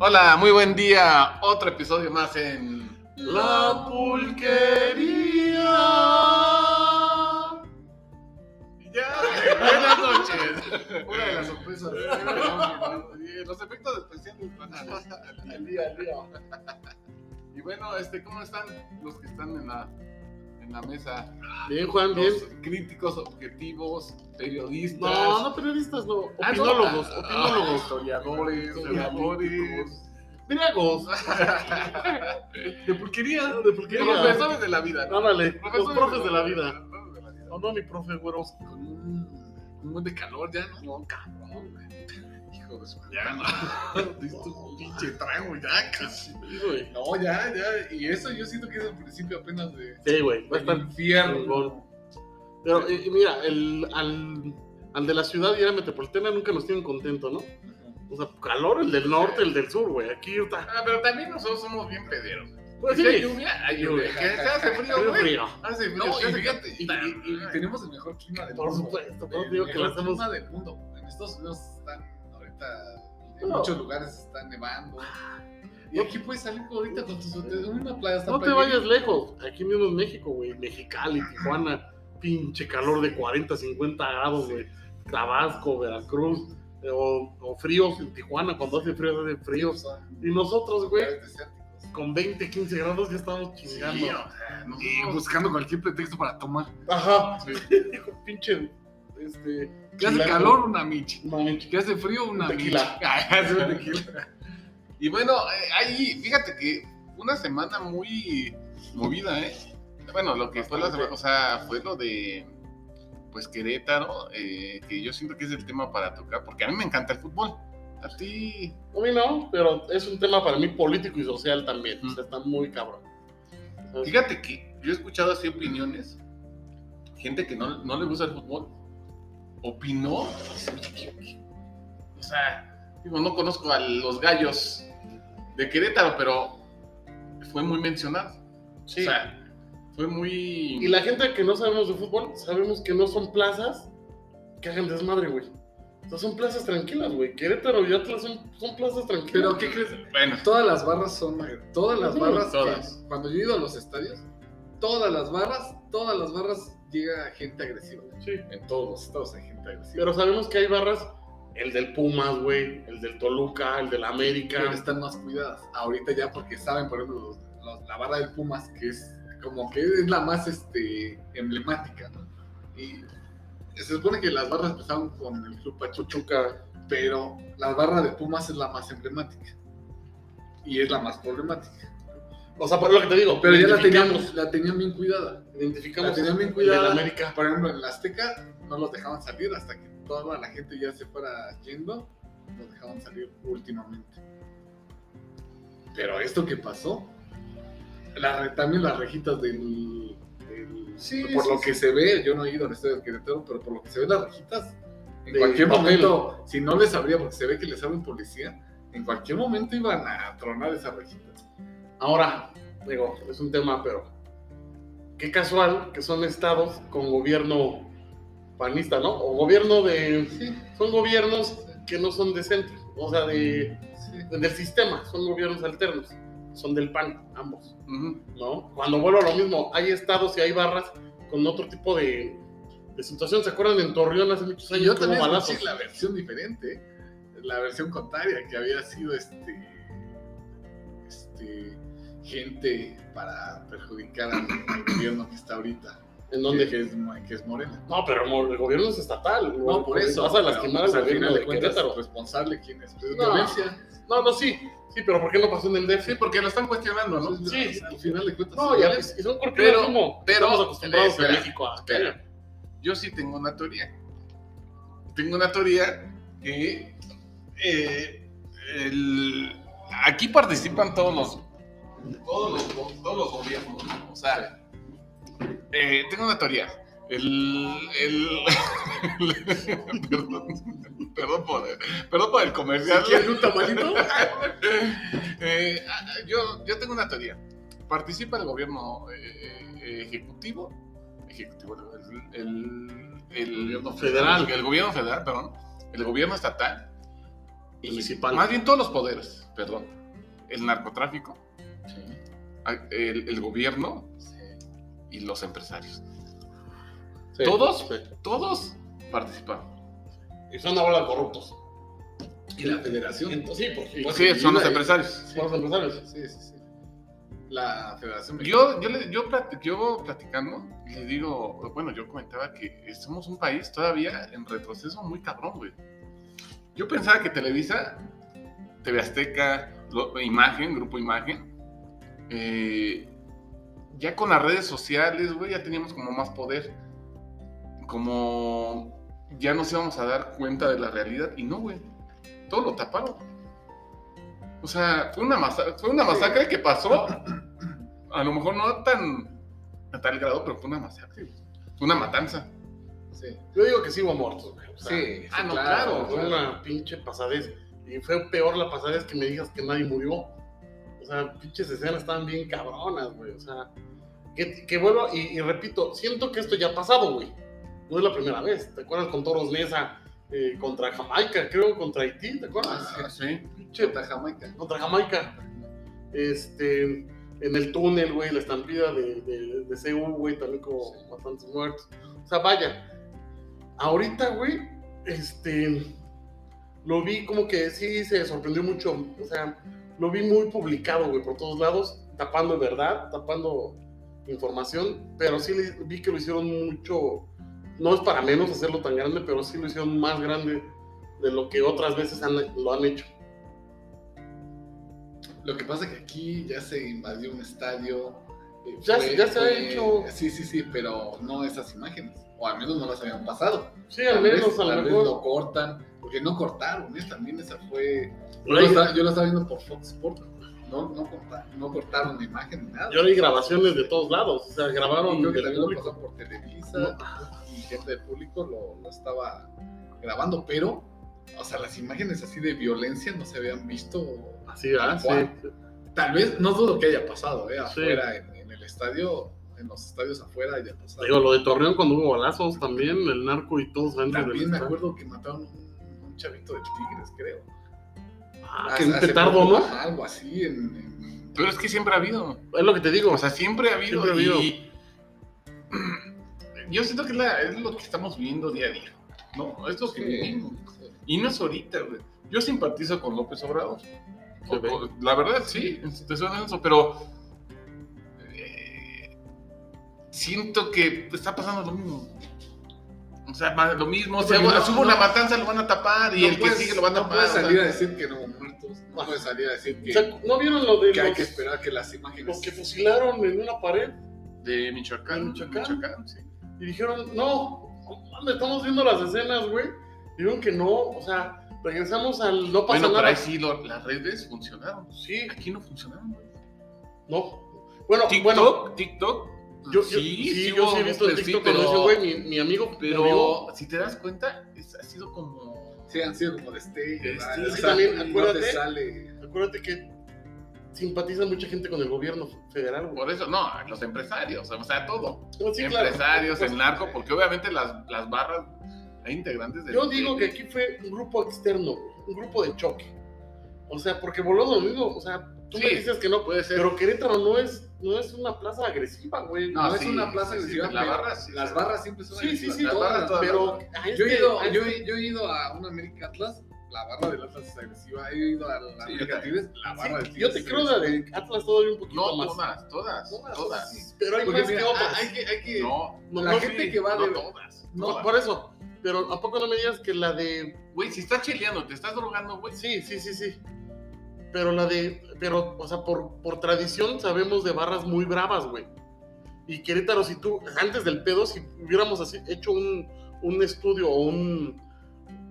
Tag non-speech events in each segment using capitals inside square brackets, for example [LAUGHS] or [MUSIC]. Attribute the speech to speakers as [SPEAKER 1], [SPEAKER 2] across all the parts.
[SPEAKER 1] Hola, muy buen día. Otro episodio más en La Pulquería. Ya, buenas noches. Una de las sorpresas. Los efectos especiales van al- al día, al día. Y bueno, este, ¿cómo están los que están en la, en la mesa?
[SPEAKER 2] Bien, Juan, bien.
[SPEAKER 1] Los críticos, objetivos, periodistas.
[SPEAKER 2] No, no periodistas, no.
[SPEAKER 1] Ah, no.
[SPEAKER 2] Opinólogos,
[SPEAKER 1] Ah.
[SPEAKER 2] opinólogos, historiadores,
[SPEAKER 1] Historiadores,
[SPEAKER 2] historiadores.
[SPEAKER 1] debatidores.
[SPEAKER 2] [LAUGHS] Griegos.
[SPEAKER 1] De porquería.
[SPEAKER 2] De porquería.
[SPEAKER 1] Los profesores de la vida. ¿no?
[SPEAKER 2] Ándale, los
[SPEAKER 1] Profesores
[SPEAKER 2] profes de la vida.
[SPEAKER 1] Los profes de la vida.
[SPEAKER 2] O no, mi profe, güero.
[SPEAKER 1] Con un, un buen de calor ya, ¿no? No, cabrón, güey. Hijo de su Ya, no. [LAUGHS] Diste un pinche trago ya, casi.
[SPEAKER 2] Sí, güey.
[SPEAKER 1] No, ya, ya. Y eso yo siento que es el principio apenas de.
[SPEAKER 2] Sí, güey, va a
[SPEAKER 1] del
[SPEAKER 2] estar.
[SPEAKER 1] infierno.
[SPEAKER 2] Pero eh, mira, el, al, al de la ciudad y a la metropolitana nunca nos tienen contento, ¿no? O sea, calor el del norte, el del sur, güey. Aquí está.
[SPEAKER 1] Ah, pero también nosotros somos bien pederos.
[SPEAKER 2] Pues
[SPEAKER 1] Si hay
[SPEAKER 2] sí,
[SPEAKER 1] lluvia, hay lluvia. Que se hace frío,
[SPEAKER 2] frío,
[SPEAKER 1] güey.
[SPEAKER 2] frío.
[SPEAKER 1] Hace frío.
[SPEAKER 3] No,
[SPEAKER 1] se
[SPEAKER 3] y
[SPEAKER 1] hace
[SPEAKER 3] fíjate, y,
[SPEAKER 1] calor.
[SPEAKER 3] y- y tenemos el mejor clima del
[SPEAKER 2] Por
[SPEAKER 3] mundo.
[SPEAKER 2] supuesto, por
[SPEAKER 3] El
[SPEAKER 2] eso digo que
[SPEAKER 3] mejor
[SPEAKER 2] lo hacemos.
[SPEAKER 3] clima del mundo. En Estados Unidos están ahorita, en
[SPEAKER 2] No.
[SPEAKER 3] muchos lugares está nevando. Y
[SPEAKER 2] No.
[SPEAKER 3] aquí puedes salir ahorita con tus en una playa. está
[SPEAKER 2] No te
[SPEAKER 3] padre.
[SPEAKER 2] vayas lejos, aquí mismo en México, güey, Mexicali, Tijuana, pinche calor de 40, 50 grados, güey, Tabasco, Veracruz, eh, o, o fríos en Tijuana, cuando hace frío, hace frío.
[SPEAKER 3] Son
[SPEAKER 2] Y nosotros, güey,
[SPEAKER 3] lugares desérticos.
[SPEAKER 2] con 20, 15 grados ya estamos
[SPEAKER 1] Sí,
[SPEAKER 2] chingando.
[SPEAKER 1] o sea, no, y buscando cualquier pretexto para tomar.
[SPEAKER 2] Ajá, [LAUGHS]
[SPEAKER 1] Sí.
[SPEAKER 2] hijo, pinche, este...
[SPEAKER 1] Que hace
[SPEAKER 2] chilango.
[SPEAKER 1] calor una michi,
[SPEAKER 2] No, pinche-
[SPEAKER 1] que hace frío una
[SPEAKER 2] Un
[SPEAKER 1] [LAUGHS]
[SPEAKER 2] tequila.
[SPEAKER 1] michi. Hace un tequila. Y bueno, eh, ahí, fíjate que una semana muy movida, ¿eh? Bueno, lo que fue la semana, o sea, fue lo de, pues, Querétaro, eh, que yo siento que es el tema para tocar, porque a mí me encanta el fútbol. A ti,
[SPEAKER 2] A mí no, pero es un tema para mí político y social también, o
[SPEAKER 1] Mm.
[SPEAKER 2] sea, está muy cabrón.
[SPEAKER 1] fíjate que yo he escuchado así opiniones, gente que no, no le gusta el fútbol, opinó, y dice, "Oye, ¿qué- qué?". o sea, digo, no conozco a los gallos de Querétaro, pero fue muy mencionado,
[SPEAKER 2] Sí.
[SPEAKER 1] o sea, fue muy...
[SPEAKER 2] Y la gente que no sabemos de fútbol, sabemos que no son plazas que hagan desmadre, güey. O sea, son plazas tranquilas, güey. Querétaro y Atlas son, son plazas tranquilas.
[SPEAKER 3] Pero, ¿qué crees?
[SPEAKER 1] Bueno,
[SPEAKER 3] Todas las barras son. Todas las
[SPEAKER 2] Sí,
[SPEAKER 3] barras. que-
[SPEAKER 1] todas.
[SPEAKER 3] cuando yo he ido a los estadios, todas las barras, todas las barras llega gente agresiva.
[SPEAKER 2] Sí.
[SPEAKER 3] En todos los estados hay gente agresiva.
[SPEAKER 2] Pero sabemos que hay barras, el del Pumas, güey, el del Toluca, el del América.
[SPEAKER 3] pero están más cuidadas ahorita ya porque saben, por ejemplo, los- los- la barra del Pumas, que es como que es la más este, emblemática, ¿no? Y se supone que las barras empezaron con el Club Pachucho,
[SPEAKER 2] Pachuca.
[SPEAKER 3] pero la barra de Pumas es la más emblemática y es la más problemática.
[SPEAKER 2] O sea, por lo que te digo,
[SPEAKER 3] Pero ya la teníamos,
[SPEAKER 2] identificamos-
[SPEAKER 3] la tenían bien cuidada.
[SPEAKER 2] Identificamos
[SPEAKER 3] la tenían bien
[SPEAKER 2] el
[SPEAKER 3] cuidada.
[SPEAKER 2] del América.
[SPEAKER 3] Por ejemplo, en la Azteca no los dejaban salir hasta que toda la gente ya se fuera yendo, los dejaban salir últimamente. Pero esto que pasó, la re- también las rejitas del... del-
[SPEAKER 2] Sí,
[SPEAKER 3] por
[SPEAKER 2] sí,
[SPEAKER 3] lo
[SPEAKER 2] sí.
[SPEAKER 3] que se ve, yo no he ido al estadio de Querétaro, pero por lo que se ve las rejitas, en
[SPEAKER 2] De
[SPEAKER 3] cualquier
[SPEAKER 2] papel.
[SPEAKER 3] momento, si no les abría, porque se ve que les abre un policía, en cualquier momento iban a tronar esas rejitas.
[SPEAKER 2] Ahora, digo, es un tema, pero qué casual que son estados con gobierno panista, ¿no? O gobierno de...
[SPEAKER 3] Sí,
[SPEAKER 2] Son gobiernos que no son de centro, o sea, de...
[SPEAKER 3] sí.
[SPEAKER 2] del sistema, son gobiernos alternos, son del PAN, ambos,
[SPEAKER 1] ujú.
[SPEAKER 2] ¿no? Cuando vuelvo a lo mismo, hay estados y hay barras con otro tipo de, de situación. ¿Se acuerdan en Torreón hace muchos años?
[SPEAKER 3] yo
[SPEAKER 2] que hubo
[SPEAKER 3] también
[SPEAKER 2] balazos?
[SPEAKER 3] escuché la versión diferente, la versión contraria, que había sido este, este gente para perjudicar al, al gobierno que está ahorita,
[SPEAKER 2] ¿En
[SPEAKER 3] que,
[SPEAKER 2] donde
[SPEAKER 3] es, Mo- que es Morena.
[SPEAKER 2] No, pero mo- el gobierno es estatal.
[SPEAKER 3] No, por eso.
[SPEAKER 2] Vas a
[SPEAKER 3] pero,
[SPEAKER 2] lastimar
[SPEAKER 3] pues,
[SPEAKER 2] al gobierno de
[SPEAKER 3] cuentas,
[SPEAKER 2] Querétaro.
[SPEAKER 3] responsable quién es. Pues,
[SPEAKER 2] No.
[SPEAKER 3] violencia.
[SPEAKER 2] No, no, sí. Sí, pero ¿por qué no pasó en el
[SPEAKER 1] Sí,
[SPEAKER 2] DF?
[SPEAKER 1] porque lo están cuestionando, ¿no?
[SPEAKER 2] Sí, sí.
[SPEAKER 3] Al final de cuentas.
[SPEAKER 2] No,
[SPEAKER 3] es
[SPEAKER 2] ya
[SPEAKER 3] violencia.
[SPEAKER 2] ves, y son cortinas
[SPEAKER 1] Pero-
[SPEAKER 2] como
[SPEAKER 1] pero-
[SPEAKER 2] estamos acostumbrados
[SPEAKER 1] espera,
[SPEAKER 2] en México a que
[SPEAKER 1] espera.
[SPEAKER 2] haya.
[SPEAKER 1] yo sí tengo una teoría. Tengo una teoría que eh, el- aquí participan todos los, todos los, go- todos los gobiernos. ¿no? O sea, eh, tengo una teoría. El, el- [LAUGHS] perdón, perdón, por, perdón por el comercial.
[SPEAKER 2] ¿Quieres un tamalito?
[SPEAKER 1] Eh, ah, ah, yo, yo tengo una teoría. Participa el gobierno eh, ejecutivo, ejecutivo el, el- el-
[SPEAKER 2] Gobierno federal.
[SPEAKER 1] el gobierno federal, perdón, el gobierno estatal, Y
[SPEAKER 2] Municipal.
[SPEAKER 1] Más bien todos los poderes, perdón. El narcotráfico, Ah,
[SPEAKER 3] Sí,
[SPEAKER 1] el, el gobierno
[SPEAKER 3] sí.
[SPEAKER 1] y los empresarios.
[SPEAKER 2] [LAUGHS] Sí,
[SPEAKER 1] ¿Todos?
[SPEAKER 2] sí.
[SPEAKER 1] Todos participaron.
[SPEAKER 2] Y son ahora corruptos.
[SPEAKER 3] Y la federación.
[SPEAKER 2] Entonces, sí, porque.
[SPEAKER 3] Pues
[SPEAKER 1] sí,
[SPEAKER 3] sí,
[SPEAKER 1] son los
[SPEAKER 3] sí.
[SPEAKER 1] empresarios.
[SPEAKER 2] Por los empresarios.
[SPEAKER 3] Sí, sí, sí. La Federación
[SPEAKER 1] Yo, yo, le- yo, plat- yo platicando, le digo, bueno, yo comentaba que somos un país todavía en retroceso muy cabrón, güey. Yo pensaba que Televisa, TV Azteca, lo- Imagen, Grupo Imagen, eh, ya con las redes sociales, güey, ya teníamos como más poder. Como ya nos íbamos a dar cuenta de la realidad. Y no, güey. Todo lo taparon. O sea, fue una, masa- fue una masacre que pasó. A lo mejor no tan a tal grado, pero fue una masacre. güey. Fue una matanza.
[SPEAKER 3] Sí.
[SPEAKER 2] Yo digo que sí hubo muertos, güey. O sea,
[SPEAKER 3] Sí,
[SPEAKER 1] ah, no,
[SPEAKER 2] Claro,
[SPEAKER 1] claro,
[SPEAKER 2] fue una pinche pasadez. Y fue peor la pasadez que me digas que nadie murió. O sea, pinches escenas estaban bien cabronas, güey. O sea, que, que vuelvo y, y repito, siento que esto ya ha pasado, güey. No es la primera vez. ¿Te acuerdas con Toros Nesa eh, contra Jamaica, creo, contra Haití? ¿Te acuerdas?
[SPEAKER 3] Ah,
[SPEAKER 1] Sí.
[SPEAKER 2] Pinche-
[SPEAKER 3] Cheta, Jamaica.
[SPEAKER 2] contra Jamaica. Este, en el túnel, güey, la estampida de, de, de CU, güey, también como
[SPEAKER 3] Sí.
[SPEAKER 2] bastantes muertos. O sea, vaya, ahorita, güey, este, lo vi como que sí se sorprendió mucho, o sea, lo vi muy publicado, güey, por todos lados, tapando verdad, tapando información, pero sí le- vi que lo hicieron mucho, no es para menos hacerlo tan grande, pero sí lo hicieron más grande de lo que otras veces han- lo han hecho.
[SPEAKER 3] Lo que pasa es que aquí ya se invadió un estadio. eh,
[SPEAKER 2] Ya se- ya se ha hecho.
[SPEAKER 3] Sí, sí, sí, pero no esas imágenes. O al menos no las habían pasado.
[SPEAKER 2] Sí, al menos, a
[SPEAKER 3] tal
[SPEAKER 2] lo
[SPEAKER 3] vez
[SPEAKER 2] mejor.
[SPEAKER 3] lo cortan. Porque no cortaron, ¿eh? También esa fue. Yo
[SPEAKER 2] Por
[SPEAKER 3] lo
[SPEAKER 2] ahí-
[SPEAKER 3] estaba, yo lo estaba viendo por Fox Sports. No, no, corta- no cortaron la imagen ni nada.
[SPEAKER 2] Yo leí grabaciones de todos lados, o sea, grabaron
[SPEAKER 3] Y creo que
[SPEAKER 2] del
[SPEAKER 3] también lo
[SPEAKER 2] público.
[SPEAKER 3] pasó por Televisa y gente del público lo, lo estaba grabando, pero, o sea, las imágenes así de violencia no se habían visto.
[SPEAKER 2] Así, ¿verdad? Sí.
[SPEAKER 3] Juan. Tal vez, no dudo que haya pasado, ¿eh?
[SPEAKER 2] Sí.
[SPEAKER 3] Afuera, en, en el estadio, en los estadios afuera haya pasado.
[SPEAKER 2] Digo, lo de Torreón cuando hubo balazos también, el narco y todos dentro del
[SPEAKER 3] también me
[SPEAKER 2] estadio.
[SPEAKER 3] acuerdo que mataron un, un chavito de Tigres, creo.
[SPEAKER 2] Ah, que
[SPEAKER 3] Hace-
[SPEAKER 2] un
[SPEAKER 3] hace
[SPEAKER 2] petardo,
[SPEAKER 3] poco,
[SPEAKER 2] ¿no?
[SPEAKER 3] ajá, Algo así en- en
[SPEAKER 1] Pero es que siempre ha habido.
[SPEAKER 2] Es lo que te digo.
[SPEAKER 1] O sea, siempre ha habido.
[SPEAKER 2] Siempre ha habido.
[SPEAKER 1] y- [CLEARS THROAT] Yo siento que es, la- es lo que estamos viendo día a día. No, es lo que
[SPEAKER 3] Sí.
[SPEAKER 1] vivimos. Y no es ahorita, güey. Yo simpatizo con López Obrador.
[SPEAKER 2] Se
[SPEAKER 1] O-
[SPEAKER 2] ve.
[SPEAKER 1] o- la verdad, sí, te suena eso, pero. eh, siento que está pasando lo mismo. O sea, ma- lo mismo. Si
[SPEAKER 3] Porque
[SPEAKER 1] hubo-
[SPEAKER 3] no-
[SPEAKER 1] si hubo una
[SPEAKER 3] no-
[SPEAKER 1] matanza, lo van a tapar y
[SPEAKER 3] No
[SPEAKER 1] el
[SPEAKER 3] puedes-
[SPEAKER 1] que sigue lo van a
[SPEAKER 3] No
[SPEAKER 1] tapar.
[SPEAKER 3] puedes
[SPEAKER 1] o sea.
[SPEAKER 3] salir a decir que no hubo muertos. No puedes salir a decir que,
[SPEAKER 2] O sea, ¿no vieron lo de
[SPEAKER 3] que hay
[SPEAKER 2] los,
[SPEAKER 3] que esperar que las
[SPEAKER 2] los
[SPEAKER 3] imágenes.
[SPEAKER 2] que fusilaron en una pared
[SPEAKER 1] De Michoacán.
[SPEAKER 2] ¿De Michoacán?
[SPEAKER 1] sí.
[SPEAKER 2] y dijeron, no, no mames, estamos viendo las escenas, güey? Dijeron que no, o sea, regresamos al no pasa
[SPEAKER 1] Bueno, pero
[SPEAKER 2] nada.
[SPEAKER 1] ahí sí lo- las redes funcionaron.
[SPEAKER 2] Sí,
[SPEAKER 1] Aquí no funcionaron, güey.
[SPEAKER 2] no. Bueno,
[SPEAKER 1] TikTok,
[SPEAKER 2] bueno,
[SPEAKER 1] TikTok.
[SPEAKER 2] yo, yo-
[SPEAKER 1] sí,
[SPEAKER 2] sí,
[SPEAKER 1] sí
[SPEAKER 2] yo
[SPEAKER 1] hubo
[SPEAKER 2] sí he visto el
[SPEAKER 1] muchos, sí,
[SPEAKER 2] TikTok
[SPEAKER 1] pero-
[SPEAKER 2] cuando dice, güey, mi, mi amigo,
[SPEAKER 1] Pero
[SPEAKER 2] mi amigo
[SPEAKER 1] si te das cuenta, es- ha sido como.
[SPEAKER 3] Sí, han sido como este, destellos.
[SPEAKER 1] Destellos.
[SPEAKER 3] ¿verdad?
[SPEAKER 1] Es que
[SPEAKER 2] también,
[SPEAKER 3] no te
[SPEAKER 2] acuérdate-
[SPEAKER 3] sale.
[SPEAKER 2] Acuérdate que simpatiza mucha gente con el gobierno federal, güey.
[SPEAKER 1] Por eso, no, los empresarios, o sea, todo.
[SPEAKER 2] No, sí, claro.
[SPEAKER 1] empresarios,
[SPEAKER 2] Pues,
[SPEAKER 1] el narco, porque obviamente las, las barras, hay integrantes de.
[SPEAKER 2] Yo digo que aquí fue un grupo externo, güey, un grupo de choque. O sea, porque volvemos a lo mismo, o sea, tú me
[SPEAKER 1] Sí.
[SPEAKER 2] dices que no,
[SPEAKER 1] Puede ser.
[SPEAKER 2] pero Querétaro no es, no es una plaza agresiva, güey.
[SPEAKER 3] No, es
[SPEAKER 1] Ah, sí,
[SPEAKER 3] una plaza
[SPEAKER 1] sí, sí,
[SPEAKER 3] agresiva,
[SPEAKER 1] la
[SPEAKER 3] pero
[SPEAKER 1] barra, sí,
[SPEAKER 3] Las
[SPEAKER 1] sí.
[SPEAKER 3] barras siempre son
[SPEAKER 2] sí, sí,
[SPEAKER 3] agresivas,
[SPEAKER 2] sí,
[SPEAKER 3] las
[SPEAKER 2] todas,
[SPEAKER 3] barras todas las
[SPEAKER 2] pero
[SPEAKER 3] barras.
[SPEAKER 2] a
[SPEAKER 3] Yo he,
[SPEAKER 2] este-
[SPEAKER 3] ido,
[SPEAKER 2] a
[SPEAKER 3] yo,
[SPEAKER 2] este-
[SPEAKER 3] he- yo he ido a un América Atlas, la barra del Atlas es agresiva. He ido a la
[SPEAKER 1] Sí,
[SPEAKER 3] América
[SPEAKER 1] yo
[SPEAKER 3] Tigres, la
[SPEAKER 2] sí,
[SPEAKER 3] barra del
[SPEAKER 2] yo
[SPEAKER 3] Tigres.
[SPEAKER 2] te
[SPEAKER 3] es
[SPEAKER 2] creo la
[SPEAKER 3] agresiva.
[SPEAKER 2] de Atlas todavía un poquito
[SPEAKER 1] No, todas,
[SPEAKER 2] más.
[SPEAKER 1] todas, todas.
[SPEAKER 2] sí, pero hay
[SPEAKER 3] Porque
[SPEAKER 2] más
[SPEAKER 3] mira,
[SPEAKER 2] que otras.
[SPEAKER 3] hay que. Hay que
[SPEAKER 1] No,
[SPEAKER 2] No,
[SPEAKER 3] la
[SPEAKER 2] no,
[SPEAKER 3] gente
[SPEAKER 2] sí,
[SPEAKER 3] que va
[SPEAKER 1] no
[SPEAKER 3] de.
[SPEAKER 1] todas.
[SPEAKER 2] no,
[SPEAKER 1] todas.
[SPEAKER 2] por eso. Pero ¿a poco no me digas que la de
[SPEAKER 1] Güey, si estás cheleando, te estás drogando, güey.
[SPEAKER 2] Sí, sí, sí, sí. Pero la de. Pero, o sea, por, por tradición sabemos de barras muy bravas, güey. Y Querétaro, si tú, antes del pedo, si hubiéramos así, hecho un, un estudio o un,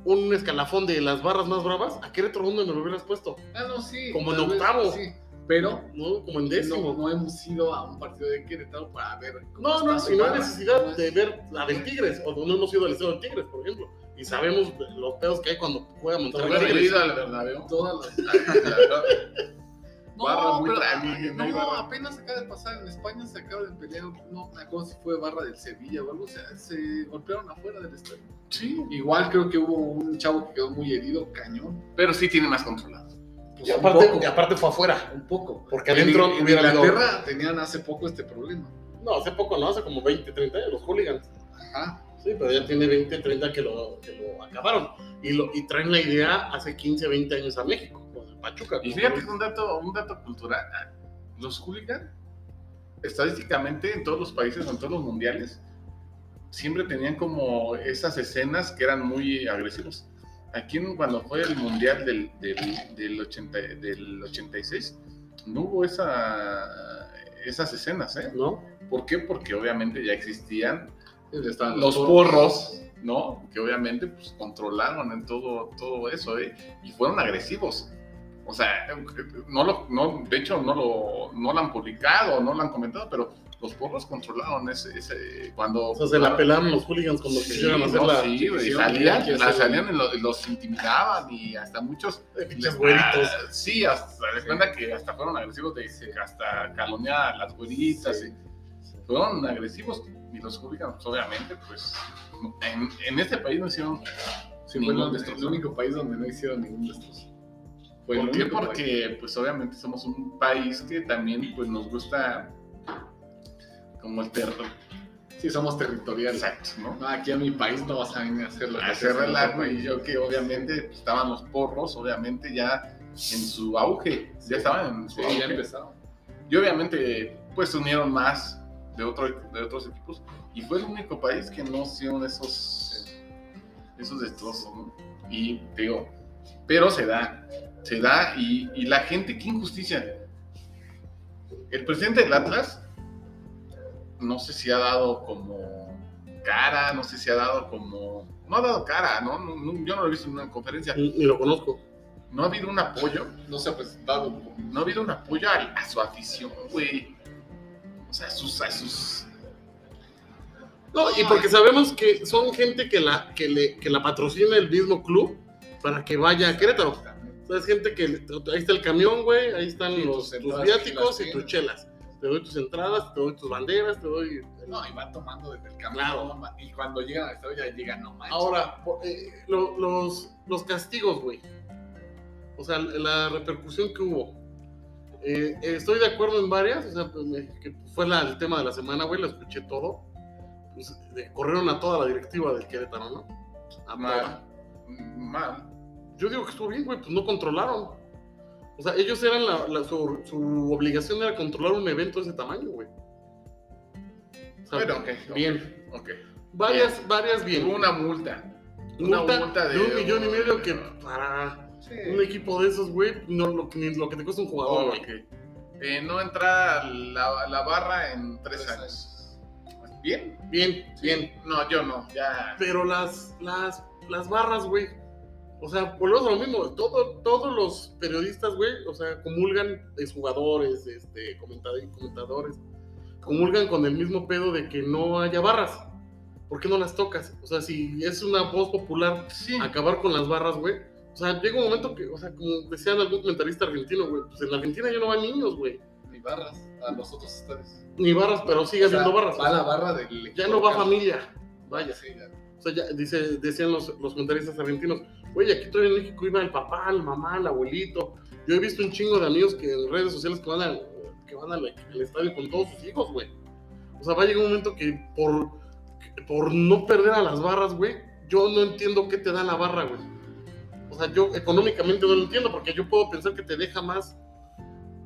[SPEAKER 2] un escalafón de las barras más bravas, ¿a Querétaro dónde me lo hubieras puesto?
[SPEAKER 3] Ah, no, sí.
[SPEAKER 2] Como en
[SPEAKER 3] tal vez,
[SPEAKER 2] octavo.
[SPEAKER 3] Sí, pero.
[SPEAKER 2] ¿No? Como en
[SPEAKER 3] No,
[SPEAKER 2] décimo.
[SPEAKER 3] no hemos ido a un partido de Querétaro para ver. cómo
[SPEAKER 2] No, no,
[SPEAKER 3] está su
[SPEAKER 2] si no hay
[SPEAKER 3] barra.
[SPEAKER 2] necesidad
[SPEAKER 3] No es-
[SPEAKER 2] de ver la del Tigres, o no hemos ido al Estadio del Tigres, por ejemplo. Y sabemos los pedos que hay cuando juega Monterrey
[SPEAKER 1] Hubiera
[SPEAKER 2] Tigres.
[SPEAKER 1] ido al Bernabéu.
[SPEAKER 3] Todas las. barra muy
[SPEAKER 1] pero-
[SPEAKER 3] tranquila.
[SPEAKER 1] no hay
[SPEAKER 3] No,
[SPEAKER 1] barra.
[SPEAKER 3] apenas acaba de pasar en España, se acaba de pelear, no me acuerdo si fue barra del Sevilla o algo, o sea, se golpearon afuera del estadio.
[SPEAKER 1] Sí,
[SPEAKER 3] Igual creo que hubo un chavo que quedó muy herido, cañón.
[SPEAKER 1] [LAUGHS] pero sí tiene más controlado.
[SPEAKER 3] Pues
[SPEAKER 2] Y
[SPEAKER 3] un
[SPEAKER 2] aparte,
[SPEAKER 3] poco,
[SPEAKER 2] y aparte fue afuera.
[SPEAKER 3] un poco.
[SPEAKER 2] Porque adentro
[SPEAKER 3] en, en
[SPEAKER 2] hubiera habido-
[SPEAKER 3] Inglaterra tenían hace poco este problema.
[SPEAKER 2] No, hace poco, no, hace como 20, 30 años, los hooligans.
[SPEAKER 3] Ajá.
[SPEAKER 2] Sí, pero ya tiene 20, 30 que lo, que lo acabaron. Y, lo, y traen la idea hace 15, 20 años a México, con el Pachuca.
[SPEAKER 1] Y
[SPEAKER 2] con-
[SPEAKER 1] fíjate que un dato, un dato cultural, ah, los hooligans, estadísticamente en todos los países, en todos los mundiales, siempre tenían como esas escenas que eran muy agresivas. Aquí en- cuando fue el mundial del, del, del, 80 del 86, no hubo esa, esas escenas, ¿eh?
[SPEAKER 2] ¿No?
[SPEAKER 1] ¿Por qué? Porque obviamente ya existían
[SPEAKER 3] Estaban
[SPEAKER 1] los porros, ¿no? Que obviamente pues, controlaron en todo, todo eso, ¿eh? Y fueron agresivos. O sea, no lo, no, de hecho no lo, no lo han publicado, no lo han comentado, pero los porros controlaron ese, ese cuando...
[SPEAKER 2] O sea, se la pelaron los hooligans cuando
[SPEAKER 1] Sí,
[SPEAKER 2] quisieron hacer
[SPEAKER 1] no,
[SPEAKER 2] la...
[SPEAKER 1] sí, güey,
[SPEAKER 2] hicieron-
[SPEAKER 1] salían,
[SPEAKER 2] que
[SPEAKER 1] la-
[SPEAKER 2] hacer-
[SPEAKER 1] salían y lo- y los intimidaban y hasta muchos...
[SPEAKER 2] de
[SPEAKER 1] les-
[SPEAKER 2] Pinches güeritos.
[SPEAKER 1] ah, sí, hasta, les cuenta que hasta fueron agresivos, de, hasta calonear a las güeritas. y- fueron agresivos y los hooligans, pues, obviamente, pues en, en este país no hicieron.
[SPEAKER 3] Sí, fue
[SPEAKER 1] Ningún
[SPEAKER 3] el- el,
[SPEAKER 1] destrozo.
[SPEAKER 3] único país donde no hicieron ningún destrozo. Fue
[SPEAKER 1] ¿Por
[SPEAKER 3] el
[SPEAKER 1] qué?
[SPEAKER 3] único país.
[SPEAKER 1] Porque, pues obviamente, somos un país que también, pues nos gusta como el terror.
[SPEAKER 3] Sí, somos territoriales.
[SPEAKER 1] Exacto, ¿no?
[SPEAKER 3] No, aquí a mi país no vas a venir a hacer lo que
[SPEAKER 1] Hacer
[SPEAKER 3] hacen en otro
[SPEAKER 1] relajo y
[SPEAKER 3] país.
[SPEAKER 1] yo que obviamente pues, estaban los porros, obviamente ya en su auge, ya estaban en su
[SPEAKER 3] Sí, ya
[SPEAKER 1] auge.
[SPEAKER 3] empezaron.
[SPEAKER 1] Y obviamente, pues se unieron más de, otro, de otros equipos y fue el único país que no hicieron esos, esos destrozos, ¿no? Y te digo, pero se da, se da y, y la gente, qué injusticia. El presidente del Atlas, no sé si ha dado como cara, no sé si ha dado como... No ha dado cara, ¿no? No- no- yo no lo he visto en una conferencia.
[SPEAKER 2] Ni ni lo conozco.
[SPEAKER 1] No ha habido un apoyo
[SPEAKER 3] No se ha presentado. como-
[SPEAKER 1] no ha habido un apoyo al- a, su afición, güey. O sea, a sus, a sus.
[SPEAKER 2] No, y porque sabemos que son gente que la, que le, que la patrocina el mismo club para que vaya a Querétaro. O sea, es gente que ahí está el camión, güey, ahí están
[SPEAKER 3] Sí,
[SPEAKER 2] los,
[SPEAKER 3] tus
[SPEAKER 2] tus
[SPEAKER 3] entradas,
[SPEAKER 2] viáticos
[SPEAKER 3] las
[SPEAKER 2] y tus
[SPEAKER 3] tienes.
[SPEAKER 2] chelas. Te doy tus entradas, te doy tus banderas, te doy...
[SPEAKER 3] No, y va tomando desde el camino.
[SPEAKER 2] Claro. Ah,
[SPEAKER 3] Y cuando llegan al estadio ya llegan, no manches.
[SPEAKER 2] Ahora, po- eh, lo- los, los castigos, güey. O sea, la repercusión que hubo. Eh, eh, estoy de acuerdo en varias, o sea, pues, me- que fue la- el tema de la semana, güey, lo escuché todo. Pues, eh, corrieron a toda la directiva del Querétaro, ¿no? A toda.
[SPEAKER 1] Mal. Mal.
[SPEAKER 2] Yo digo que estuvo bien, güey, pues no controlaron. O sea, ellos eran la, la- su, su obligación era controlar un evento de ese tamaño, güey. O sea,
[SPEAKER 1] Bueno, ok.
[SPEAKER 2] bien.
[SPEAKER 1] Ok.
[SPEAKER 2] Varias, varias bien.
[SPEAKER 1] Hubo una multa.
[SPEAKER 2] Una
[SPEAKER 1] Una
[SPEAKER 2] multa,
[SPEAKER 1] multa
[SPEAKER 2] de,
[SPEAKER 1] de-
[SPEAKER 2] un millón y medio que para un equipo de esos, güey, no lo, que- ni lo que te cuesta un jugador, güey.
[SPEAKER 1] ok. Eh, no entrar a la, a la barra en tres
[SPEAKER 3] Tres
[SPEAKER 1] años. ¿Bien?
[SPEAKER 2] Bien, bien.
[SPEAKER 1] No, yo no. Ya.
[SPEAKER 2] Pero las, las, las barras, güey. O sea, volvemos a lo mismo. Todo, todos los periodistas, güey, o sea, comulgan, jugadores, este, comentad- comentadores, comulgan con el mismo pedo de que no haya barras. ¿Por qué no las tocas? O sea, si es una voz popular
[SPEAKER 1] Sí.
[SPEAKER 2] acabar con las barras, güey. O sea, llega un momento que, o sea, como decían algún comentarista argentino, güey, pues en la Argentina ya no van niños, güey.
[SPEAKER 3] Ni barras a los otros estadios.
[SPEAKER 2] Ni barras, pero sigue
[SPEAKER 3] O sea,
[SPEAKER 2] haciendo barras.
[SPEAKER 3] Va la barra del.
[SPEAKER 2] ya no va familia. Vaya.
[SPEAKER 3] Sí, ya.
[SPEAKER 2] O sea, ya dice, decían los, los comentaristas argentinos, oye, aquí todavía en México iba el papá, la mamá, el abuelito. Yo he visto un chingo de amigos que en redes sociales que van al, que van al, al estadio con todos sus hijos, güey. O sea, va a llegar un momento que por, que por no perder a las barras, güey, yo no entiendo qué te da la barra, güey. O sea, yo económicamente no lo entiendo porque yo puedo pensar que te deja más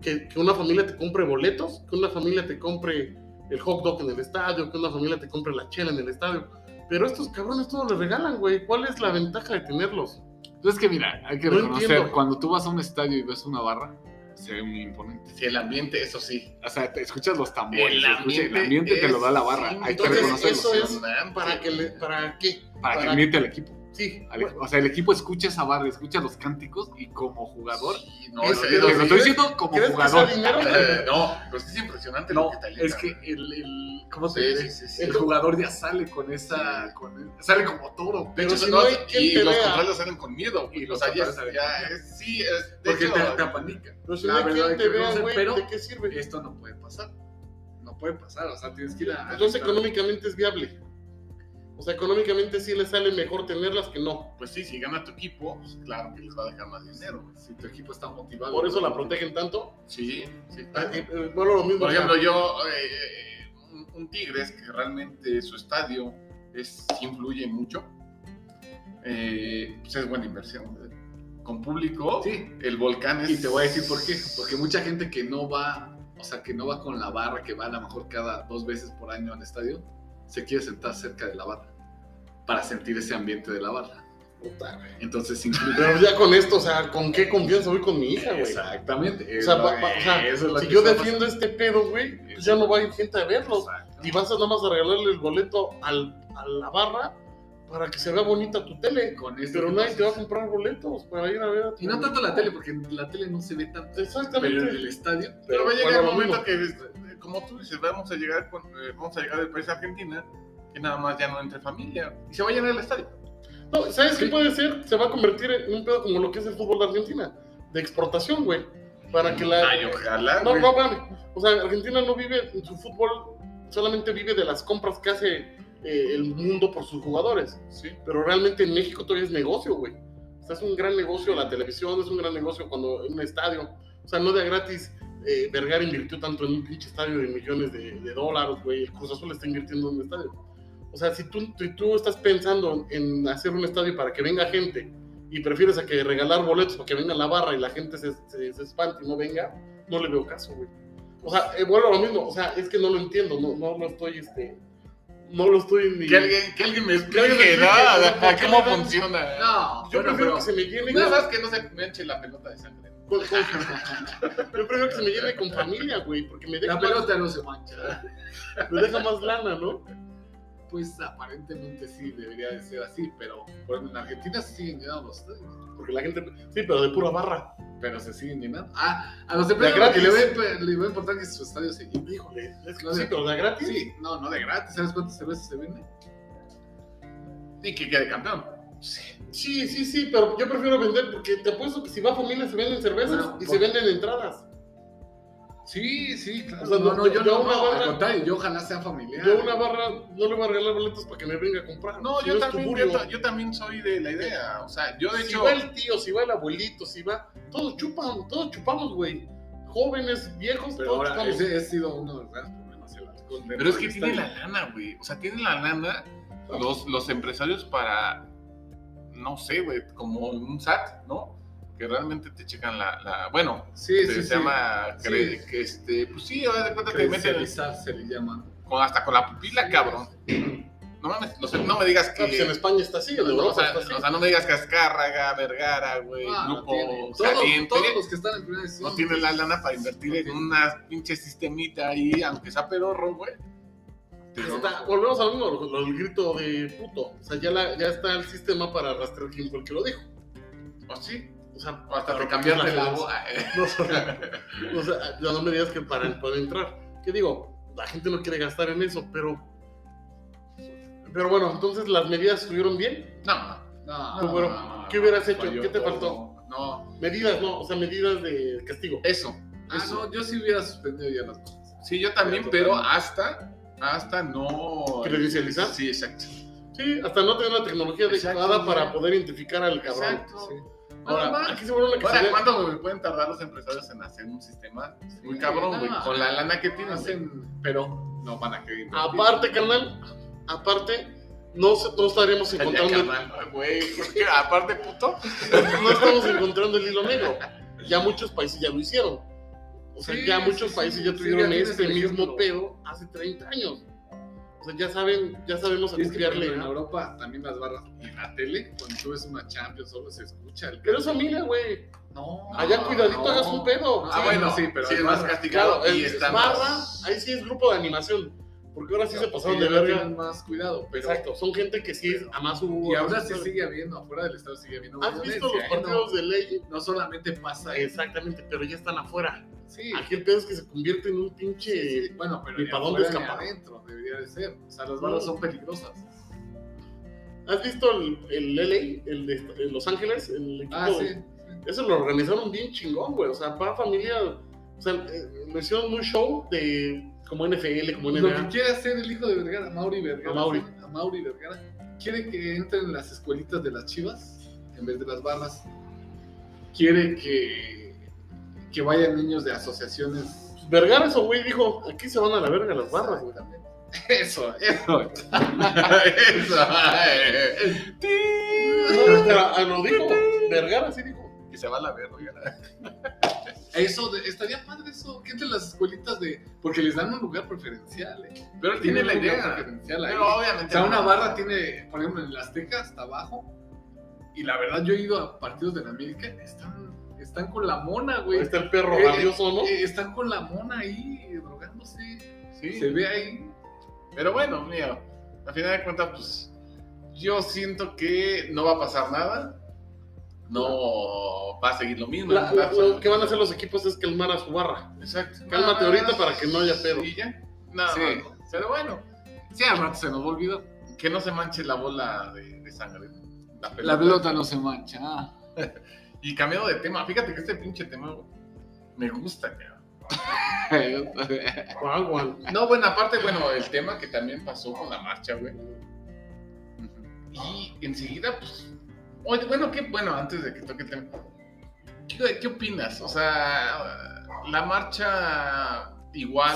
[SPEAKER 2] que, que una familia te compre boletos, que una familia te compre el hot dog en el estadio, que una familia te compre la chela en el estadio. Pero estos cabrones todos les regalan, güey. ¿Cuál es la ventaja de tenerlos?
[SPEAKER 3] Entonces, que mira, hay que
[SPEAKER 2] No
[SPEAKER 3] reconocer,
[SPEAKER 2] entiendo.
[SPEAKER 3] cuando tú vas a un estadio y ves una barra, se ve muy imponente.
[SPEAKER 1] Sí, el ambiente, eso sí.
[SPEAKER 3] O sea, te escuchas los tambores,
[SPEAKER 1] El
[SPEAKER 3] el ambiente, el
[SPEAKER 1] ambiente
[SPEAKER 3] ambiente te lo da la barra.
[SPEAKER 1] es
[SPEAKER 3] Hay que
[SPEAKER 2] entonces,
[SPEAKER 3] reconocerlo.
[SPEAKER 2] eso es
[SPEAKER 1] Impresionante.
[SPEAKER 2] para que le- para qué?
[SPEAKER 3] para que
[SPEAKER 2] para-
[SPEAKER 3] miente al equipo.
[SPEAKER 2] Sí,
[SPEAKER 3] sí. al- o sea, el equipo escucha esa barra, escucha los cánticos y como jugador.
[SPEAKER 1] Sí, no,
[SPEAKER 3] es-
[SPEAKER 1] es,
[SPEAKER 3] te lo
[SPEAKER 1] es-
[SPEAKER 3] estoy diciendo como
[SPEAKER 2] ¿Crees que
[SPEAKER 3] jugador.
[SPEAKER 2] sea
[SPEAKER 3] [LAUGHS]
[SPEAKER 2] dinero?
[SPEAKER 1] eh, [LAUGHS] no, pues es impresionante
[SPEAKER 3] No,
[SPEAKER 1] lo que te
[SPEAKER 3] es
[SPEAKER 1] alientan.
[SPEAKER 3] que el, el- ¿cómo se
[SPEAKER 1] Sí,
[SPEAKER 3] dice?
[SPEAKER 1] sí, sí, sí.
[SPEAKER 3] El jugador ya sale con esa. Con el- sale como toro.
[SPEAKER 1] De
[SPEAKER 2] Pero
[SPEAKER 1] hecho,
[SPEAKER 2] si
[SPEAKER 1] no,
[SPEAKER 2] no hay quien
[SPEAKER 1] y
[SPEAKER 2] te
[SPEAKER 1] los
[SPEAKER 2] vea.
[SPEAKER 1] contrarios salen con miedo.
[SPEAKER 3] Y
[SPEAKER 1] Y
[SPEAKER 3] los
[SPEAKER 1] los ayer
[SPEAKER 3] contrarios
[SPEAKER 1] ya es, sí, es, de
[SPEAKER 3] Porque
[SPEAKER 1] hecho,
[SPEAKER 3] te,
[SPEAKER 2] ah,
[SPEAKER 3] te apanica.
[SPEAKER 2] Pero si
[SPEAKER 3] La
[SPEAKER 2] no hay
[SPEAKER 3] verdad
[SPEAKER 2] quien
[SPEAKER 3] que
[SPEAKER 2] te vea,
[SPEAKER 3] no sé,
[SPEAKER 2] güey,
[SPEAKER 3] pero- eh,
[SPEAKER 2] ¿de qué sirve?
[SPEAKER 3] Esto no puede pasar. No puede pasar. O sea, tienes que ir a.
[SPEAKER 2] Entonces económicamente es viable. O sea, económicamente sí le sale mejor tenerlas que no.
[SPEAKER 1] pues sí, si gana tu equipo, pues claro que les va a dejar más dinero. güey.
[SPEAKER 3] Si tu equipo está motivado.
[SPEAKER 2] Por eso la protegen tanto.
[SPEAKER 1] Sí, sí.
[SPEAKER 2] Eh, eh, eh, Bueno, lo mismo.
[SPEAKER 1] Por
[SPEAKER 2] acá.
[SPEAKER 1] ejemplo, yo, eh, eh, un, un Tigres que realmente su estadio es, influye mucho, eh, pues es buena inversión. Con público,
[SPEAKER 3] Sí,
[SPEAKER 1] el volcán es.
[SPEAKER 3] Y te voy a decir por qué. Porque mucha gente que no va, o sea, que no va con la barra, que va a lo mejor cada dos veces por año al estadio, se quiere sentar cerca de la barra para sentir ese ambiente de la barra.
[SPEAKER 2] Puta, güey.
[SPEAKER 3] Entonces, incluye.
[SPEAKER 2] Pero ya con esto, o sea, ¿con qué confianza voy con mi hija, güey?
[SPEAKER 3] Exactamente.
[SPEAKER 2] O sea,
[SPEAKER 3] Eso-
[SPEAKER 2] va- va- o sea,
[SPEAKER 3] eso es lo
[SPEAKER 2] Si
[SPEAKER 3] que
[SPEAKER 2] yo
[SPEAKER 3] está
[SPEAKER 2] defiendo este pedo, güey, pues ya no va a ir gente a verlos.
[SPEAKER 3] pasando.
[SPEAKER 2] Y vas a nada más a regalarle el boleto al, a la barra para que se vea bonita tu tele.
[SPEAKER 3] Con esto
[SPEAKER 2] Pero
[SPEAKER 3] que
[SPEAKER 2] nadie
[SPEAKER 3] pasa.
[SPEAKER 2] te va a comprar boletos para ir a ver a tu
[SPEAKER 3] Y no tanto la tele, porque la tele no se ve tanto.
[SPEAKER 2] Exactamente.
[SPEAKER 3] Pero en el estadio.
[SPEAKER 1] Pero va a llegar
[SPEAKER 2] bueno,
[SPEAKER 1] el
[SPEAKER 2] lo
[SPEAKER 1] momento
[SPEAKER 2] mismo.
[SPEAKER 1] que, eh, como tú dices, vamos a llegar, con- eh, vamos a llegar del país a Argentina, que nada más ya no entre familia y se va a llenar el estadio.
[SPEAKER 2] No, ¿sabes qué puede ser? Se va a convertir en un pedo como lo que es el fútbol de Argentina, de exportación, güey. Para que la.
[SPEAKER 1] Ay, ojalá.
[SPEAKER 2] no,
[SPEAKER 1] güey.
[SPEAKER 2] no, espérame. O sea, Argentina no vive, su fútbol solamente vive de las compras que hace eh, el mundo por sus jugadores.
[SPEAKER 1] Sí.
[SPEAKER 2] Pero realmente en México todavía es negocio, güey. O sea, es un gran negocio la televisión, es un gran negocio cuando en un estadio. O sea, no de a gratis. Eh, Vergara invirtió tanto en un pinche estadio de millones de, de dólares, güey. El Cruz Azul está invirtiendo en un estadio. O sea, si tú, tú, tú estás pensando en hacer un estadio para que venga gente y prefieres a que regalar boletos para que venga la barra y la gente se, se, se espante y no venga, no le veo caso, güey. O sea, eh, vuelvo a lo mismo. O sea, es que no lo entiendo. No, no lo estoy, este... No lo estoy ni...
[SPEAKER 1] Que alguien, que alguien me
[SPEAKER 2] alguien me
[SPEAKER 1] explique,
[SPEAKER 2] explique,
[SPEAKER 1] ¿no?
[SPEAKER 2] ¿no?
[SPEAKER 1] ¿A ¿Cómo
[SPEAKER 2] ¿Por qué?
[SPEAKER 1] funciona?
[SPEAKER 3] No,
[SPEAKER 2] Yo
[SPEAKER 3] bueno,
[SPEAKER 2] prefiero
[SPEAKER 3] pero-
[SPEAKER 2] que se me llene...
[SPEAKER 1] Nada más que no se me eche la pelota de sangre.
[SPEAKER 2] Con- con- [LAUGHS] Yo prefiero que se me llene con familia, güey, porque me deja,
[SPEAKER 3] la
[SPEAKER 2] más,
[SPEAKER 3] pelota no se mancha.
[SPEAKER 2] me deja más lana, ¿no?
[SPEAKER 3] Pues aparentemente sí, debería de ser así, pero por ejemplo, en Argentina se siguen llenando los estadios.
[SPEAKER 2] Porque la gente. Sí, pero de pura barra.
[SPEAKER 3] pero se siguen llenando. Ah, a los de Pedro
[SPEAKER 2] gratis.
[SPEAKER 3] que le va, a- le va a importar que su estadio se llene.
[SPEAKER 2] Híjole, es que
[SPEAKER 3] No
[SPEAKER 2] sí,
[SPEAKER 3] sé.
[SPEAKER 2] pero de a gratis.
[SPEAKER 3] Sí, no, no de gratis. ¿Sabes cuántas cervezas se venden?
[SPEAKER 1] Y que quede campeón.
[SPEAKER 2] Sí, sí, sí, pero yo prefiero vender porque te apuesto que si va familia se venden cervezas
[SPEAKER 3] Bueno,
[SPEAKER 2] y
[SPEAKER 3] por-
[SPEAKER 2] se venden entradas.
[SPEAKER 3] Sí, sí, claro.
[SPEAKER 2] O sea,
[SPEAKER 3] no,
[SPEAKER 2] no,
[SPEAKER 3] no,
[SPEAKER 2] yo-
[SPEAKER 3] yo,
[SPEAKER 2] yo
[SPEAKER 3] no,
[SPEAKER 2] una
[SPEAKER 3] no,
[SPEAKER 2] barra-
[SPEAKER 3] al contrario, yo ojalá sea familiar.
[SPEAKER 2] Yo a una barra no le voy a regalar boletos para que me venga a comprar.
[SPEAKER 1] No,
[SPEAKER 2] Si
[SPEAKER 1] yo,
[SPEAKER 2] es tu
[SPEAKER 1] también,
[SPEAKER 2] burro.
[SPEAKER 1] yo, ta- yo también soy de la idea. O sea, yo de
[SPEAKER 2] si
[SPEAKER 1] hecho.
[SPEAKER 2] va el tío, si va el abuelito, si va. Todos chupan, todos chupamos, güey. Jóvenes, viejos,
[SPEAKER 3] Pero
[SPEAKER 2] todos
[SPEAKER 3] ahora,
[SPEAKER 2] chupamos.
[SPEAKER 3] ese ha sido uno de los grandes problemas. El alcohol
[SPEAKER 1] Pero es que
[SPEAKER 3] Está
[SPEAKER 1] tiene
[SPEAKER 3] bien.
[SPEAKER 1] la lana, güey. O sea, tienen la lana los, los empresarios para. No sé, güey. Como un SAT, ¿no? Que realmente te checan la. la- bueno,
[SPEAKER 3] Sí,
[SPEAKER 1] se,
[SPEAKER 3] sí,
[SPEAKER 1] se
[SPEAKER 3] sí.
[SPEAKER 1] llama.
[SPEAKER 3] Sí.
[SPEAKER 1] cre- que este, pues sí, a de cuenta te meten
[SPEAKER 3] Credencializar se le llama.
[SPEAKER 1] con- hasta con la pupila, cabrón. No mames, los- no me digas
[SPEAKER 2] Ah,
[SPEAKER 1] que.
[SPEAKER 2] pues en España está así,
[SPEAKER 1] No,
[SPEAKER 2] en
[SPEAKER 1] o,
[SPEAKER 2] Europa
[SPEAKER 1] sea,
[SPEAKER 2] está así.
[SPEAKER 1] o sea, no me digas que Azcárraga, Vergara, güey,
[SPEAKER 3] pues, Ah, no
[SPEAKER 1] Grupo
[SPEAKER 3] tiene.
[SPEAKER 1] Caliente,
[SPEAKER 3] todos, todos los que están en primera división.
[SPEAKER 1] no tienen
[SPEAKER 2] pues,
[SPEAKER 1] la lana para invertir
[SPEAKER 3] No
[SPEAKER 1] en
[SPEAKER 3] tiene.
[SPEAKER 1] una pinche sistemita ahí, aunque sea pedorro, güey. Pero-
[SPEAKER 2] Está- volvemos a lo mismo, lo- lo del grito de puto. O sea, ya, la- ya está el sistema para rastrear quién fue el que lo dijo.
[SPEAKER 1] o pues sí,
[SPEAKER 2] O sea,
[SPEAKER 1] o hasta
[SPEAKER 2] para
[SPEAKER 1] te cambiaste
[SPEAKER 2] proteger
[SPEAKER 1] la
[SPEAKER 2] las-
[SPEAKER 1] voz.
[SPEAKER 2] No,
[SPEAKER 1] [LAUGHS]
[SPEAKER 2] o sea, o sea, ya no me digas que para poder entrar. ¿Qué digo? La gente no quiere gastar en eso, pero. Pero bueno, entonces las medidas estuvieron bien.
[SPEAKER 1] No, no.
[SPEAKER 3] No,
[SPEAKER 2] Tú, güero,
[SPEAKER 3] no, no, no,
[SPEAKER 2] ¿qué
[SPEAKER 3] no,
[SPEAKER 2] hubieras hecho?
[SPEAKER 3] falló
[SPEAKER 2] ¿Qué te
[SPEAKER 3] todo.
[SPEAKER 2] faltó?
[SPEAKER 3] No,
[SPEAKER 2] Medidas, no, o sea, medidas de castigo.
[SPEAKER 1] Eso.
[SPEAKER 3] ah,
[SPEAKER 1] Eso.
[SPEAKER 3] no, yo sí hubiera suspendido ya las cosas.
[SPEAKER 1] Sí, yo también, pero hasta, hasta no.
[SPEAKER 2] ¿Credencializar?
[SPEAKER 1] Sí, exacto.
[SPEAKER 2] Sí, hasta no tener la tecnología
[SPEAKER 1] Exacto,
[SPEAKER 2] adecuada para
[SPEAKER 1] ya.
[SPEAKER 2] poder identificar al cabrón.
[SPEAKER 1] Exacto.
[SPEAKER 3] Sí.
[SPEAKER 1] Nada más.
[SPEAKER 2] Ahora, aquí se vuelve una Ah, que se
[SPEAKER 1] Ahora,
[SPEAKER 2] ve-
[SPEAKER 1] ¿cuánto me pueden tardar los empresarios en hacer un sistema? Muy cabrón,
[SPEAKER 3] no.
[SPEAKER 1] güey. Con la lana que tienen,
[SPEAKER 3] Hacen, pero no van a
[SPEAKER 2] Ah,
[SPEAKER 3] querer. invertir.
[SPEAKER 2] Aparte, carnal, aparte, no, se- no estaríamos
[SPEAKER 1] Ya,
[SPEAKER 2] encontrando,
[SPEAKER 1] carnal, güey. porque Aparte, puto.
[SPEAKER 2] [LAUGHS] no estamos encontrando el hilo negro. Ya muchos países ya lo hicieron. O sea,
[SPEAKER 3] Sí,
[SPEAKER 2] ya
[SPEAKER 3] sí,
[SPEAKER 2] muchos
[SPEAKER 3] sí,
[SPEAKER 2] países
[SPEAKER 3] sí,
[SPEAKER 2] ya
[SPEAKER 3] sí,
[SPEAKER 2] tuvieron
[SPEAKER 3] ya tienes
[SPEAKER 2] este
[SPEAKER 3] el
[SPEAKER 2] mismo
[SPEAKER 3] ejemplo.
[SPEAKER 2] pedo hace 30 años. O sea, ya saben, ya sabemos
[SPEAKER 3] Y es que por
[SPEAKER 2] acoplarle.
[SPEAKER 3] ejemplo, en Europa también las barras y la tele, cuando tú ves una Champions, solo se escucha el.
[SPEAKER 2] Pero es familia, güey.
[SPEAKER 3] No.
[SPEAKER 2] Allá
[SPEAKER 1] Ah, No,
[SPEAKER 2] cuidadito
[SPEAKER 3] no.
[SPEAKER 2] hagas un pedo.
[SPEAKER 1] Ah,
[SPEAKER 3] Sí,
[SPEAKER 1] bueno,
[SPEAKER 3] no,
[SPEAKER 1] sí, pero es
[SPEAKER 3] es
[SPEAKER 1] más
[SPEAKER 3] barra.
[SPEAKER 1] castigado
[SPEAKER 2] Claro,
[SPEAKER 1] y
[SPEAKER 2] es
[SPEAKER 1] está
[SPEAKER 2] barra,
[SPEAKER 1] más- [LAUGHS]
[SPEAKER 2] ahí sí es grupo de animación. Porque ahora sí se pasaron de
[SPEAKER 3] porque ya le
[SPEAKER 2] verga.
[SPEAKER 3] tienen más cuidado, pero.
[SPEAKER 2] Exacto, son gente que sí, además hubo.
[SPEAKER 3] Y ahora sí sigue habiendo, afuera del estado sigue habiendo.
[SPEAKER 2] ¿Has visto los
[SPEAKER 3] violencia, ¿eh?
[SPEAKER 2] partidos de ley?
[SPEAKER 3] No, no solamente pasa eso.
[SPEAKER 2] Exactamente, pero ya están afuera.
[SPEAKER 3] Sí.
[SPEAKER 2] Aquí el pedo es que se convierte en un pinche.
[SPEAKER 3] sí, sí, Bueno, pero
[SPEAKER 2] ni
[SPEAKER 3] ni
[SPEAKER 2] pa' dónde
[SPEAKER 3] afuera ni
[SPEAKER 2] escapar.
[SPEAKER 3] adentro debería de ser. O sea, las balas son peligrosas.
[SPEAKER 2] ¿Has visto el, el LA, el de el Los Ángeles? El equipo
[SPEAKER 3] Ah, sí.
[SPEAKER 2] de- Eso lo organizaron bien chingón, güey. O sea, para familia. O sea, eh, lo hicieron un show de. Como NFL, como
[SPEAKER 3] Lo que
[SPEAKER 2] NBA.
[SPEAKER 3] quiere hacer el hijo de Vergara, Mauri Vergara,
[SPEAKER 2] Amaury.
[SPEAKER 3] Amaury Vergara, quiere que entren en las escuelitas de las chivas en vez de las barras. Quiere que, que vayan niños de asociaciones.
[SPEAKER 2] Pues, Vergara, eso, güey, dijo: aquí se van a la verga las barras, güey.
[SPEAKER 3] Exactamente. [LAUGHS] Eso, eh. eso.
[SPEAKER 1] Eso, eh.
[SPEAKER 2] No, pero ah, lo dijo. Vergara sí dijo.
[SPEAKER 1] Y se va a la verga.
[SPEAKER 3] Eso, de- estaría padre eso, que entren las escuelitas de... Porque les dan un lugar preferencial, ¿eh?
[SPEAKER 1] Pero él tiene
[SPEAKER 3] un
[SPEAKER 1] la
[SPEAKER 3] lugar
[SPEAKER 1] idea.
[SPEAKER 3] preferencial ahí.
[SPEAKER 1] Pero obviamente.
[SPEAKER 3] O sea,
[SPEAKER 1] no.
[SPEAKER 3] una barra tiene, por ejemplo, en el Azteca hasta abajo. Y la verdad, yo he ido a partidos de la América, están, están con la mona,
[SPEAKER 2] Ahí
[SPEAKER 3] güey.
[SPEAKER 2] está el perro
[SPEAKER 3] Eh,
[SPEAKER 2] rabioso, ¿no?
[SPEAKER 3] Eh, están con la mona ahí, drogándose.
[SPEAKER 1] Sí.
[SPEAKER 3] Se ve ahí.
[SPEAKER 1] Pero bueno, mira, al final de cuentas, pues yo siento que no va a pasar nada. No va a seguir lo mismo.
[SPEAKER 2] La-
[SPEAKER 1] Va a
[SPEAKER 2] la-
[SPEAKER 1] pasar-
[SPEAKER 2] lo que van a hacer los equipos es calmar a su barra.
[SPEAKER 1] Exacto.
[SPEAKER 2] Cálmate ahorita para que no haya pedo.
[SPEAKER 1] ¿Y ya? Nada
[SPEAKER 3] Sí.
[SPEAKER 1] más. Pero bueno,
[SPEAKER 3] Sí, al rato se nos va a olvidar.
[SPEAKER 1] que no se manche la bola de, de sangre. La pelota.
[SPEAKER 3] La pelota no se mancha. [LAUGHS]
[SPEAKER 1] Y cambiado de tema, fíjate que este pinche tema güey, me gusta, cabrón.
[SPEAKER 2] Juan, Juan.
[SPEAKER 1] No, bueno, aparte, bueno, el tema que también pasó con la marcha, güey. Y enseguida, pues. oye, bueno, ¿qué, bueno, antes de que toque el tema. ¿Qué, qué opinas? O sea, la marcha igual,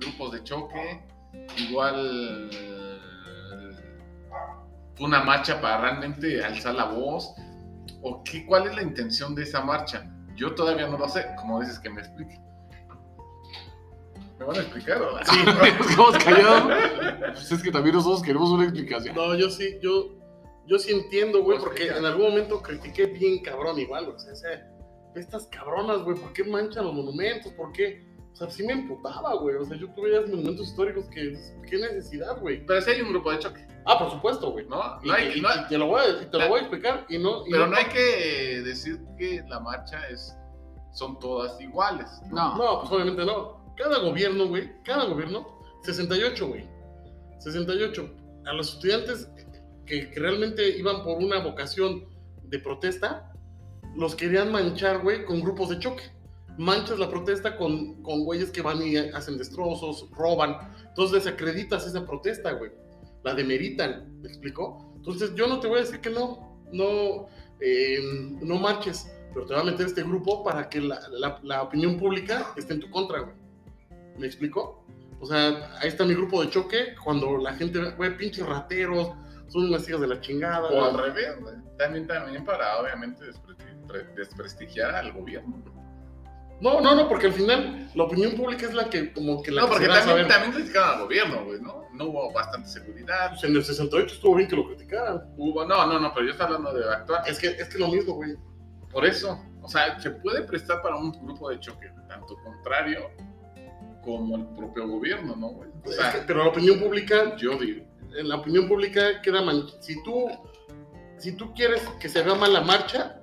[SPEAKER 1] grupos de choque, igual. Fue una marcha para realmente alzar la voz. ¿O qué, cuál es la intención de esa marcha? Yo todavía no lo sé. Como dices que me explique. ¿Me van a explicar? o?
[SPEAKER 2] Sí.
[SPEAKER 3] Nos quedamos callados. Pues es que también nosotros queremos una explicación.
[SPEAKER 2] No, yo sí, yo, yo sí entiendo, güey,
[SPEAKER 1] Pues,
[SPEAKER 2] porque
[SPEAKER 1] fíjate.
[SPEAKER 2] en algún momento critiqué bien cabrón igual, güey. O sea, o sea, estas cabronas, güey, ¿por qué manchan los monumentos? ¿Por qué? O sea, sí me emputaba, güey. O sea, yo tuve ya monumentos históricos que, qué necesidad, güey.
[SPEAKER 1] Pero sí hay un grupo de choque,
[SPEAKER 2] Ah, por supuesto, güey.
[SPEAKER 1] ¿no?
[SPEAKER 2] Y,
[SPEAKER 1] No hay,
[SPEAKER 2] y-
[SPEAKER 1] no hay-
[SPEAKER 2] y te lo voy a, y te lo voy a explicar y no. y
[SPEAKER 1] Pero no hay que eh, decir que la marcha es son todas iguales.
[SPEAKER 3] No.
[SPEAKER 2] No, pues obviamente no. Cada gobierno, güey, cada gobierno, 68, güey. 68. A los estudiantes que, que realmente iban por una vocación de protesta, los querían manchar, güey, con grupos de choque. Manchas la protesta con, con güeyes que van y hacen destrozos, roban. Entonces desacreditas esa protesta, güey. La demeritan, ¿me explicó? Entonces yo no te voy a decir que no, no, eh, no marches, pero te va a meter este grupo para que la, la- la opinión pública esté en tu contra, güey. ¿Me explico? O sea, ahí está mi grupo de choque cuando la gente, ve, güey, pinches rateros, son unas hijas de la chingada.
[SPEAKER 1] O al revés, ¿no? también, también para obviamente despre- pre- desprestigiar al gobierno.
[SPEAKER 2] No, no, no, porque al final la opinión pública es la que como que la
[SPEAKER 1] No,
[SPEAKER 2] que
[SPEAKER 1] porque
[SPEAKER 2] se da a
[SPEAKER 1] también,
[SPEAKER 2] saber.
[SPEAKER 1] también criticaban al gobierno, güey, ¿no? No hubo bastante seguridad.
[SPEAKER 2] Pues en el 68 estuvo bien que lo criticaran.
[SPEAKER 1] Hubo, no, no, no, pero yo estoy hablando de actual.
[SPEAKER 2] Es que es que lo mismo, güey.
[SPEAKER 1] Por eso, o sea, se puede prestar para un grupo de choque, tanto contrario como el propio gobierno, ¿no, güey? O
[SPEAKER 2] Pues Es
[SPEAKER 1] sea,
[SPEAKER 2] que- pero la opinión pública,
[SPEAKER 1] yo digo,
[SPEAKER 2] en la opinión pública queda man... Si tú, si tú quieres que se vea mal la marcha,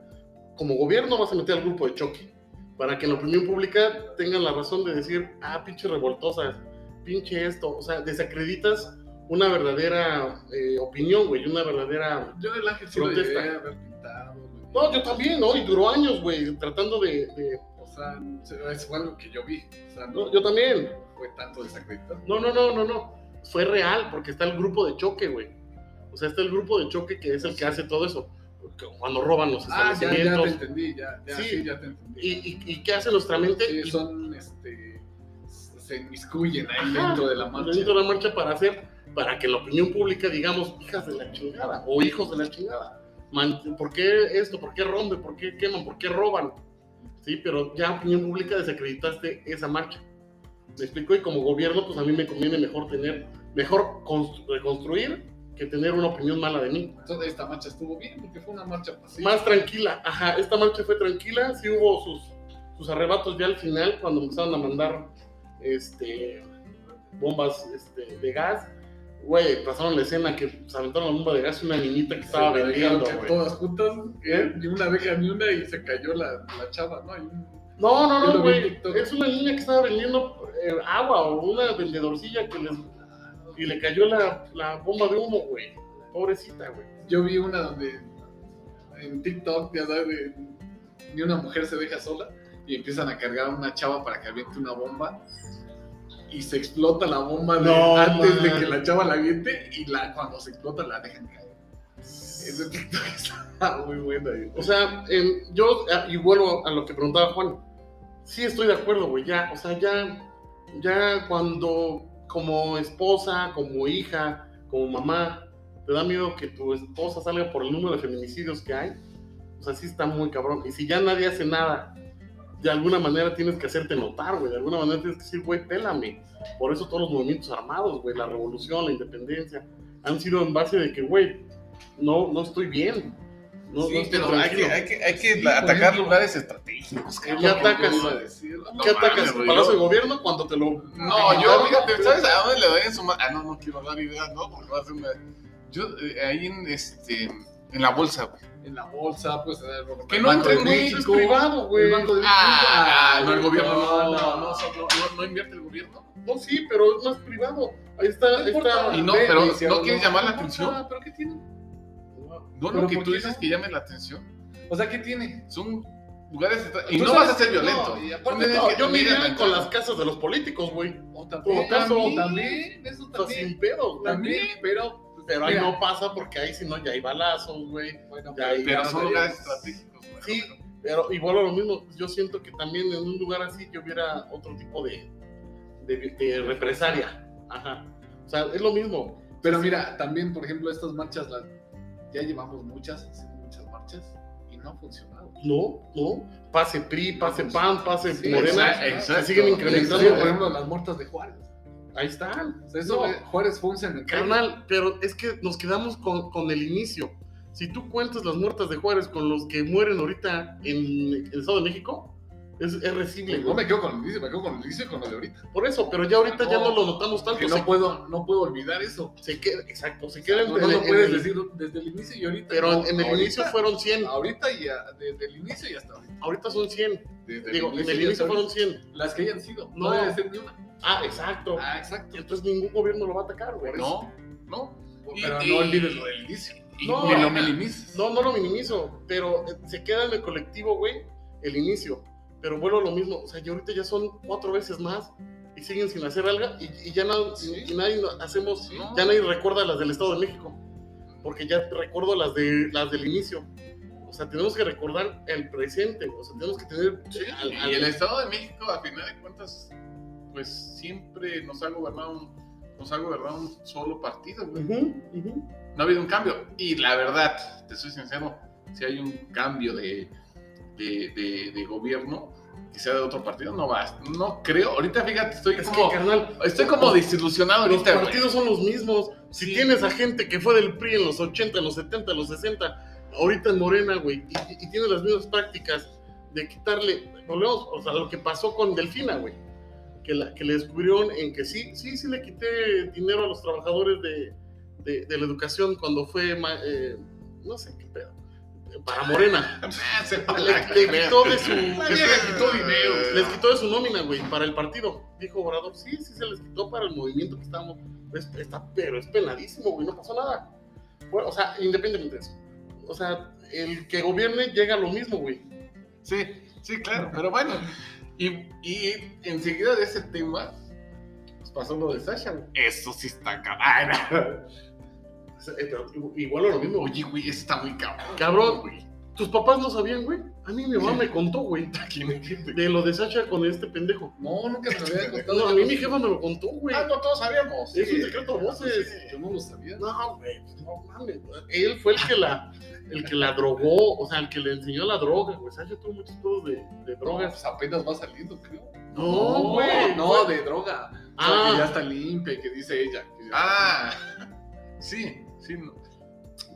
[SPEAKER 2] como gobierno vas a meter al grupo de choque. Para que la opinión pública tenga la razón de decir, ah, pinche revoltosas, pinche esto. O sea, desacreditas una verdadera eh, opinión, güey, una verdadera
[SPEAKER 3] Yo del ángel sí lo
[SPEAKER 2] Protesta.
[SPEAKER 3] llegué a haber pintado. güey.
[SPEAKER 2] No, yo también, ¿no? Y duró años, güey, tratando de... de-
[SPEAKER 3] O sea, es fue algo que yo vi. O sea, no
[SPEAKER 2] No, yo también.
[SPEAKER 3] fue tanto desacreditado.
[SPEAKER 2] No, no, no, no, no. Fue real, porque está el grupo de choque, güey. O sea, está el grupo de choque que es el que hace todo eso. Porque Cuando roban los
[SPEAKER 3] Ah, ya, ya te
[SPEAKER 2] establecimientos.
[SPEAKER 3] entendí, ya, ya,
[SPEAKER 2] Sí.
[SPEAKER 3] sí. ya te entendí.
[SPEAKER 2] y, y, y qué hace nuestra mente?
[SPEAKER 3] Sí,
[SPEAKER 2] Y-
[SPEAKER 3] son, este, se inmiscuyen ahí
[SPEAKER 2] Ajá,
[SPEAKER 3] dentro de la marcha.
[SPEAKER 2] dentro de la marcha para hacer, para que la opinión pública digamos, hijas de la chingada, o hijos de la chingada. Man- ¿Por qué esto? ¿Por qué rompen? ¿Por qué queman? ¿Por qué roban? Sí, pero ya opinión pública desacreditaste esa marcha. Me explico, y como gobierno, pues a mí me conviene mejor tener, mejor constru- reconstruir que tener una opinión mala de mí.
[SPEAKER 3] Entonces esta marcha estuvo bien porque fue una marcha
[SPEAKER 1] pues
[SPEAKER 3] pasiva.
[SPEAKER 2] Más tranquila, ajá, esta marcha fue tranquila, sí hubo sus, sus arrebatos ya al final cuando empezaron a mandar este, bombas este, de gas. Güey, pasaron la escena que se aventaron la bomba de gas y una niñita que estaba
[SPEAKER 3] Se la dejaron
[SPEAKER 2] vendiendo,
[SPEAKER 3] caer
[SPEAKER 2] güey.
[SPEAKER 3] Todas juntas, ¿eh? ni una abeja ni una y se cayó la, la chava, ¿no? Y un-
[SPEAKER 2] No, no,
[SPEAKER 3] Yo
[SPEAKER 2] no,
[SPEAKER 3] lo vi en
[SPEAKER 2] güey.
[SPEAKER 3] TikTok.
[SPEAKER 2] Es una niña que estaba vendiendo eh, agua o una vendedorcilla que les. Y le cayó la, la bomba de humo, güey. Pobrecita, güey.
[SPEAKER 3] Yo vi una donde en TikTok, ya sabes, de- ni una mujer se deja sola y empiezan a cargar a una chava para que aviente una bomba y se explota la bomba de-
[SPEAKER 2] No,
[SPEAKER 3] antes de
[SPEAKER 2] man.
[SPEAKER 3] que la chava la aviente y la, cuando se explota la dejan caer. Ese TikTok [LAUGHS] está muy bueno. güey.
[SPEAKER 2] O sea, em, yo, eh, y vuelvo a lo que preguntaba Juan, sí estoy de acuerdo, güey, ya, o sea, ya, ya cuando como esposa, como hija, como mamá, te da miedo que tu esposa salga por el número de feminicidios que hay, o sea, sí está muy cabrón. Y si ya nadie hace nada, de alguna manera tienes que hacerte notar, güey, de alguna manera tienes que decir, güey, pélame. Por eso todos los movimientos armados, güey, la revolución, la independencia, han sido en base de que, güey, no, no estoy bien. No, no
[SPEAKER 1] Sí,
[SPEAKER 2] estoy
[SPEAKER 1] pero hay que,
[SPEAKER 2] tranquilo.
[SPEAKER 1] hay que, hay que
[SPEAKER 3] Sí,
[SPEAKER 1] la-
[SPEAKER 3] por
[SPEAKER 1] atacar
[SPEAKER 3] ejemplo.
[SPEAKER 1] lugares estratégicos.
[SPEAKER 3] Es
[SPEAKER 1] cabrón.
[SPEAKER 3] lo que
[SPEAKER 2] atacas?
[SPEAKER 3] yo iba a decir.
[SPEAKER 2] ¿Qué
[SPEAKER 1] No
[SPEAKER 2] atacas?
[SPEAKER 1] mames,
[SPEAKER 2] ¿Palacio
[SPEAKER 1] yo-
[SPEAKER 2] de gobierno cuando te lo.?
[SPEAKER 1] No, yo, fíjate, ¿sabes a dónde le doy en su ma- Ah, no, no quiero dar ideas, ¿no? Porque va a ser una. Yo, eh, ahí en este. En la bolsa, güey.
[SPEAKER 3] En la bolsa, pues en el
[SPEAKER 1] Que
[SPEAKER 3] el
[SPEAKER 1] no
[SPEAKER 3] Banco de
[SPEAKER 1] entren, güey,
[SPEAKER 3] México.
[SPEAKER 1] es
[SPEAKER 2] privado, güey.
[SPEAKER 3] El Banco de México.
[SPEAKER 1] Ah, no, el
[SPEAKER 3] güey,
[SPEAKER 1] gobierno,
[SPEAKER 3] No,
[SPEAKER 1] no.
[SPEAKER 3] no, no, no, no, no invierte el gobierno.
[SPEAKER 2] No, sí, pero no es privado. Ahí está. Ahí está
[SPEAKER 1] Y no,
[SPEAKER 2] Ve,
[SPEAKER 1] pero
[SPEAKER 2] güey, si
[SPEAKER 1] no
[SPEAKER 2] ahora
[SPEAKER 1] quieres
[SPEAKER 2] no-
[SPEAKER 1] llamar la
[SPEAKER 3] No,
[SPEAKER 1] atención.
[SPEAKER 3] no, ¿Pero qué tiene?
[SPEAKER 1] No, lo
[SPEAKER 3] ¿Pero
[SPEAKER 1] que
[SPEAKER 3] por
[SPEAKER 1] tú
[SPEAKER 3] qué
[SPEAKER 1] dices
[SPEAKER 3] no?
[SPEAKER 1] que llame la atención
[SPEAKER 3] O sea, ¿qué tiene?
[SPEAKER 1] son lugares. estra- Y
[SPEAKER 3] Tú
[SPEAKER 1] no
[SPEAKER 3] sabes
[SPEAKER 1] vas a ser
[SPEAKER 3] que
[SPEAKER 1] violento.
[SPEAKER 3] no, y aparte
[SPEAKER 1] Tú tienes
[SPEAKER 2] No,
[SPEAKER 1] que
[SPEAKER 2] yo me
[SPEAKER 1] mirar
[SPEAKER 2] iría
[SPEAKER 1] la
[SPEAKER 2] con
[SPEAKER 1] cara.
[SPEAKER 2] las casas de los políticos, güey.
[SPEAKER 3] O también,
[SPEAKER 2] O caso,
[SPEAKER 3] también,
[SPEAKER 2] también,
[SPEAKER 3] eso
[SPEAKER 2] O sea,
[SPEAKER 3] también,
[SPEAKER 2] sin pedo, güey.
[SPEAKER 3] también, pero,
[SPEAKER 2] Pero ahí
[SPEAKER 3] Mira.
[SPEAKER 2] no pasa porque ahí si no ya hay balazos, güey.
[SPEAKER 3] bueno,
[SPEAKER 2] Ya, ya.
[SPEAKER 1] Pero son
[SPEAKER 2] no,
[SPEAKER 1] lugares
[SPEAKER 2] ya.
[SPEAKER 1] estratégicos, güey.
[SPEAKER 2] Sí, pero igual a lo mismo. pues, Yo siento que también en un lugar así que hubiera otro tipo de, de, de represalia. Ajá. O sea, es lo mismo.
[SPEAKER 3] pero mira, también, por ejemplo, estas marchas, las, ya llevamos muchas, haciendo muchas marchas y no ha funcionado.
[SPEAKER 2] No, no. Pase PRI, pase PAN, pase
[SPEAKER 3] Sí,
[SPEAKER 2] Morena.
[SPEAKER 3] exacto.
[SPEAKER 2] Se siguen incrementando,
[SPEAKER 3] Sí,
[SPEAKER 2] güey.
[SPEAKER 3] por ejemplo, las muertas de Juárez.
[SPEAKER 2] Ahí están.
[SPEAKER 3] O sea, eso,
[SPEAKER 2] No.
[SPEAKER 3] eh, Juárez fue un cementerio.
[SPEAKER 2] Carnal, pero es que nos quedamos con, con el inicio. Si tú cuentas las muertas de Juárez con los que mueren ahorita en el Estado de México, es, es recible,
[SPEAKER 3] No
[SPEAKER 2] güey.
[SPEAKER 3] me quedo con el inicio, me quedo con el inicio y con lo de ahorita.
[SPEAKER 2] Por eso, pero ya ahorita ya no lo notamos tanto.
[SPEAKER 3] Porque
[SPEAKER 2] se,
[SPEAKER 3] no puedo, no puedo olvidar eso.
[SPEAKER 2] se queda, exacto, se queda en,
[SPEAKER 3] No, no lo
[SPEAKER 2] en-
[SPEAKER 3] puedes
[SPEAKER 2] en el-
[SPEAKER 3] decir desde el inicio y ahorita.
[SPEAKER 2] Pero
[SPEAKER 3] No,
[SPEAKER 2] en, en el
[SPEAKER 3] ahorita-
[SPEAKER 2] inicio fueron 100,
[SPEAKER 3] Ahorita y a- desde el inicio y hasta ahorita.
[SPEAKER 2] ahorita son 100.
[SPEAKER 3] Desde
[SPEAKER 2] Digo, en el
[SPEAKER 3] y hasta
[SPEAKER 2] inicio fueron
[SPEAKER 3] ahorita.
[SPEAKER 2] 100.
[SPEAKER 3] Las que hayan sido.
[SPEAKER 2] No.
[SPEAKER 3] No, debe ser ni una.
[SPEAKER 2] Ah, exacto.
[SPEAKER 3] Ah, exacto.
[SPEAKER 2] Entonces ningún gobierno lo va a atacar, güey.
[SPEAKER 1] No, no. Y-
[SPEAKER 3] Pero
[SPEAKER 1] y-
[SPEAKER 3] no olvides lo del inicio.
[SPEAKER 1] Y
[SPEAKER 2] No,
[SPEAKER 1] ni
[SPEAKER 2] no.
[SPEAKER 1] lo minimices.
[SPEAKER 2] No, no lo minimizo, pero eh, se queda en el colectivo, güey, el inicio. Pero vuelvo a lo mismo, o sea, yo ahorita ya son cuatro veces más y siguen sin hacer algo y, y ya no,
[SPEAKER 3] Sí.
[SPEAKER 2] y nadie no- hacemos,
[SPEAKER 1] No.
[SPEAKER 2] ya nadie recuerda las del Estado de México, porque ya recuerdo las, de, las del inicio. O sea, tenemos que recordar el presente, o sea, tenemos que tener... al- al-
[SPEAKER 1] Y el Estado de México, a final de cuentas, pues siempre nos ha gobernado un, nos ha gobernado un solo partido, güey.
[SPEAKER 2] Ujú, ujú.
[SPEAKER 1] No ha habido un cambio. Y la verdad, te soy sincero, si hay un cambio de, de, de- de gobierno, que sea de otro partido, no va. No creo. Ahorita, fíjate, estoy
[SPEAKER 2] Es que,
[SPEAKER 1] como.
[SPEAKER 2] carnal,
[SPEAKER 1] Estoy como desilusionado
[SPEAKER 2] Los
[SPEAKER 1] ahorita, güey.
[SPEAKER 2] partidos son los mismos. Si
[SPEAKER 1] Sí.
[SPEAKER 2] tienes a gente que fue del PRI en los 80, en los 70, en los 60, ahorita en Morena, güey, y, y tiene las mismas prácticas de quitarle, volvemos, o sea, lo que pasó con Delfina, güey, que, la, que le descubrieron en que sí, sí, sí le quité dinero a los trabajadores de, de- de la educación cuando fue, ma- eh, no sé qué pedo, para Morena.
[SPEAKER 1] Ah, se va
[SPEAKER 2] Le,
[SPEAKER 1] la
[SPEAKER 2] le quitó de su...
[SPEAKER 1] La vieja
[SPEAKER 2] de su-
[SPEAKER 1] quitó dinero.
[SPEAKER 2] les quitó de su nómina, güey, para el partido. Dijo Obrador, sí, sí se les quitó para el movimiento que estábamos. Pues, está, pero es penadísimo, güey, no pasó nada. Bueno, o sea, independientemente de eso. O sea, el que gobierne llega a lo mismo, güey.
[SPEAKER 1] Sí, sí, claro, pero bueno. Y, y enseguida de ese tema,
[SPEAKER 3] Pues pasó lo de Sasha, güey.
[SPEAKER 1] eso sí está cabrón.
[SPEAKER 2] O sea, eh, pero igual a lo mismo,
[SPEAKER 1] [LAUGHS]
[SPEAKER 2] güey.
[SPEAKER 1] Oye, güey, eso está muy cabrón.
[SPEAKER 2] Cabrón.
[SPEAKER 1] güey.
[SPEAKER 2] Tus papás no sabían, güey. A mí mi mamá me contó,
[SPEAKER 1] [LAUGHS]
[SPEAKER 2] güey,
[SPEAKER 1] ¿Quién es quién?
[SPEAKER 2] de lo de Sacha con este pendejo.
[SPEAKER 3] No, nunca me lo había contado.
[SPEAKER 2] No, a mí mi jefa me lo contó, güey.
[SPEAKER 1] Ah, no, todos sabíamos.
[SPEAKER 2] Es un
[SPEAKER 1] sí.
[SPEAKER 2] secreto a voces.
[SPEAKER 3] Yo no lo sabía.
[SPEAKER 2] No, güey, pues, no mames. güey. Él fue el que la, el que la drogó, o sea, el que le enseñó la droga, güey. Sasha tuvo muchos pedos de, de
[SPEAKER 3] Droga,
[SPEAKER 2] drogas.
[SPEAKER 3] pues apenas va saliendo, creo.
[SPEAKER 2] No, güey.
[SPEAKER 3] No, de droga. O sea,
[SPEAKER 2] Ah.
[SPEAKER 3] que ya está limpia y que dice ella. que-
[SPEAKER 1] Ah, sí, sí. no.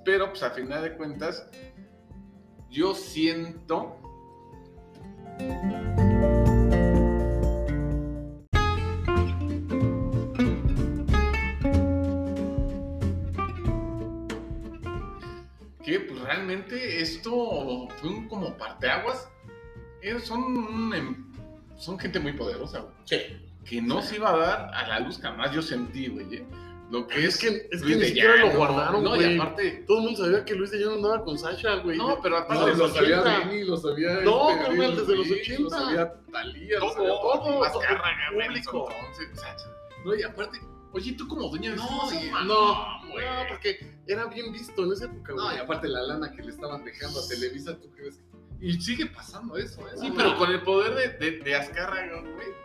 [SPEAKER 1] Pero pues a final de cuentas, yo siento... pues, realmente esto fue un como parteaguas. Eh, Son, un em- son gente muy poderosa, güey,
[SPEAKER 2] Sí.
[SPEAKER 1] Que no se iba a dar a la luz que jamás yo sentí, güey. eh. Lo que es,
[SPEAKER 2] que- Ah, es que
[SPEAKER 1] Luis
[SPEAKER 2] ni
[SPEAKER 1] de
[SPEAKER 2] siquiera lo
[SPEAKER 1] Llano,
[SPEAKER 2] guardaron,
[SPEAKER 1] No,
[SPEAKER 2] güey.
[SPEAKER 1] y aparte...
[SPEAKER 2] Todo el mundo sabía que Luis de Llano andaba con Sasha, güey.
[SPEAKER 1] No, pero
[SPEAKER 3] No,
[SPEAKER 1] aparte...
[SPEAKER 2] Ah, Desde
[SPEAKER 3] lo
[SPEAKER 2] los
[SPEAKER 3] sabía
[SPEAKER 2] 80.
[SPEAKER 3] Benny, lo sabía.
[SPEAKER 2] No,
[SPEAKER 3] este,
[SPEAKER 2] carnal,
[SPEAKER 3] Ariel
[SPEAKER 2] desde los
[SPEAKER 3] Ruiz,
[SPEAKER 2] 80.
[SPEAKER 3] Lo sabía Talía, lo
[SPEAKER 1] todo,
[SPEAKER 3] sabía todo.
[SPEAKER 1] todo,
[SPEAKER 2] más
[SPEAKER 1] todo,
[SPEAKER 2] carga, güey,
[SPEAKER 1] público.
[SPEAKER 2] en
[SPEAKER 1] Entonces, o sea, no, y aparte, oye, tú como dueña de
[SPEAKER 3] No,
[SPEAKER 1] sí,
[SPEAKER 3] sí,
[SPEAKER 1] man,
[SPEAKER 2] no,
[SPEAKER 1] güey.
[SPEAKER 2] No, porque era bien visto en esa época, güey.
[SPEAKER 3] No, y aparte la lana que le estaban dejando a Televisa, ¿tú crees? que- Y sigue pasando eso, ¿eh?
[SPEAKER 1] Sí, pero con el poder de, de, de Azcárraga, güey.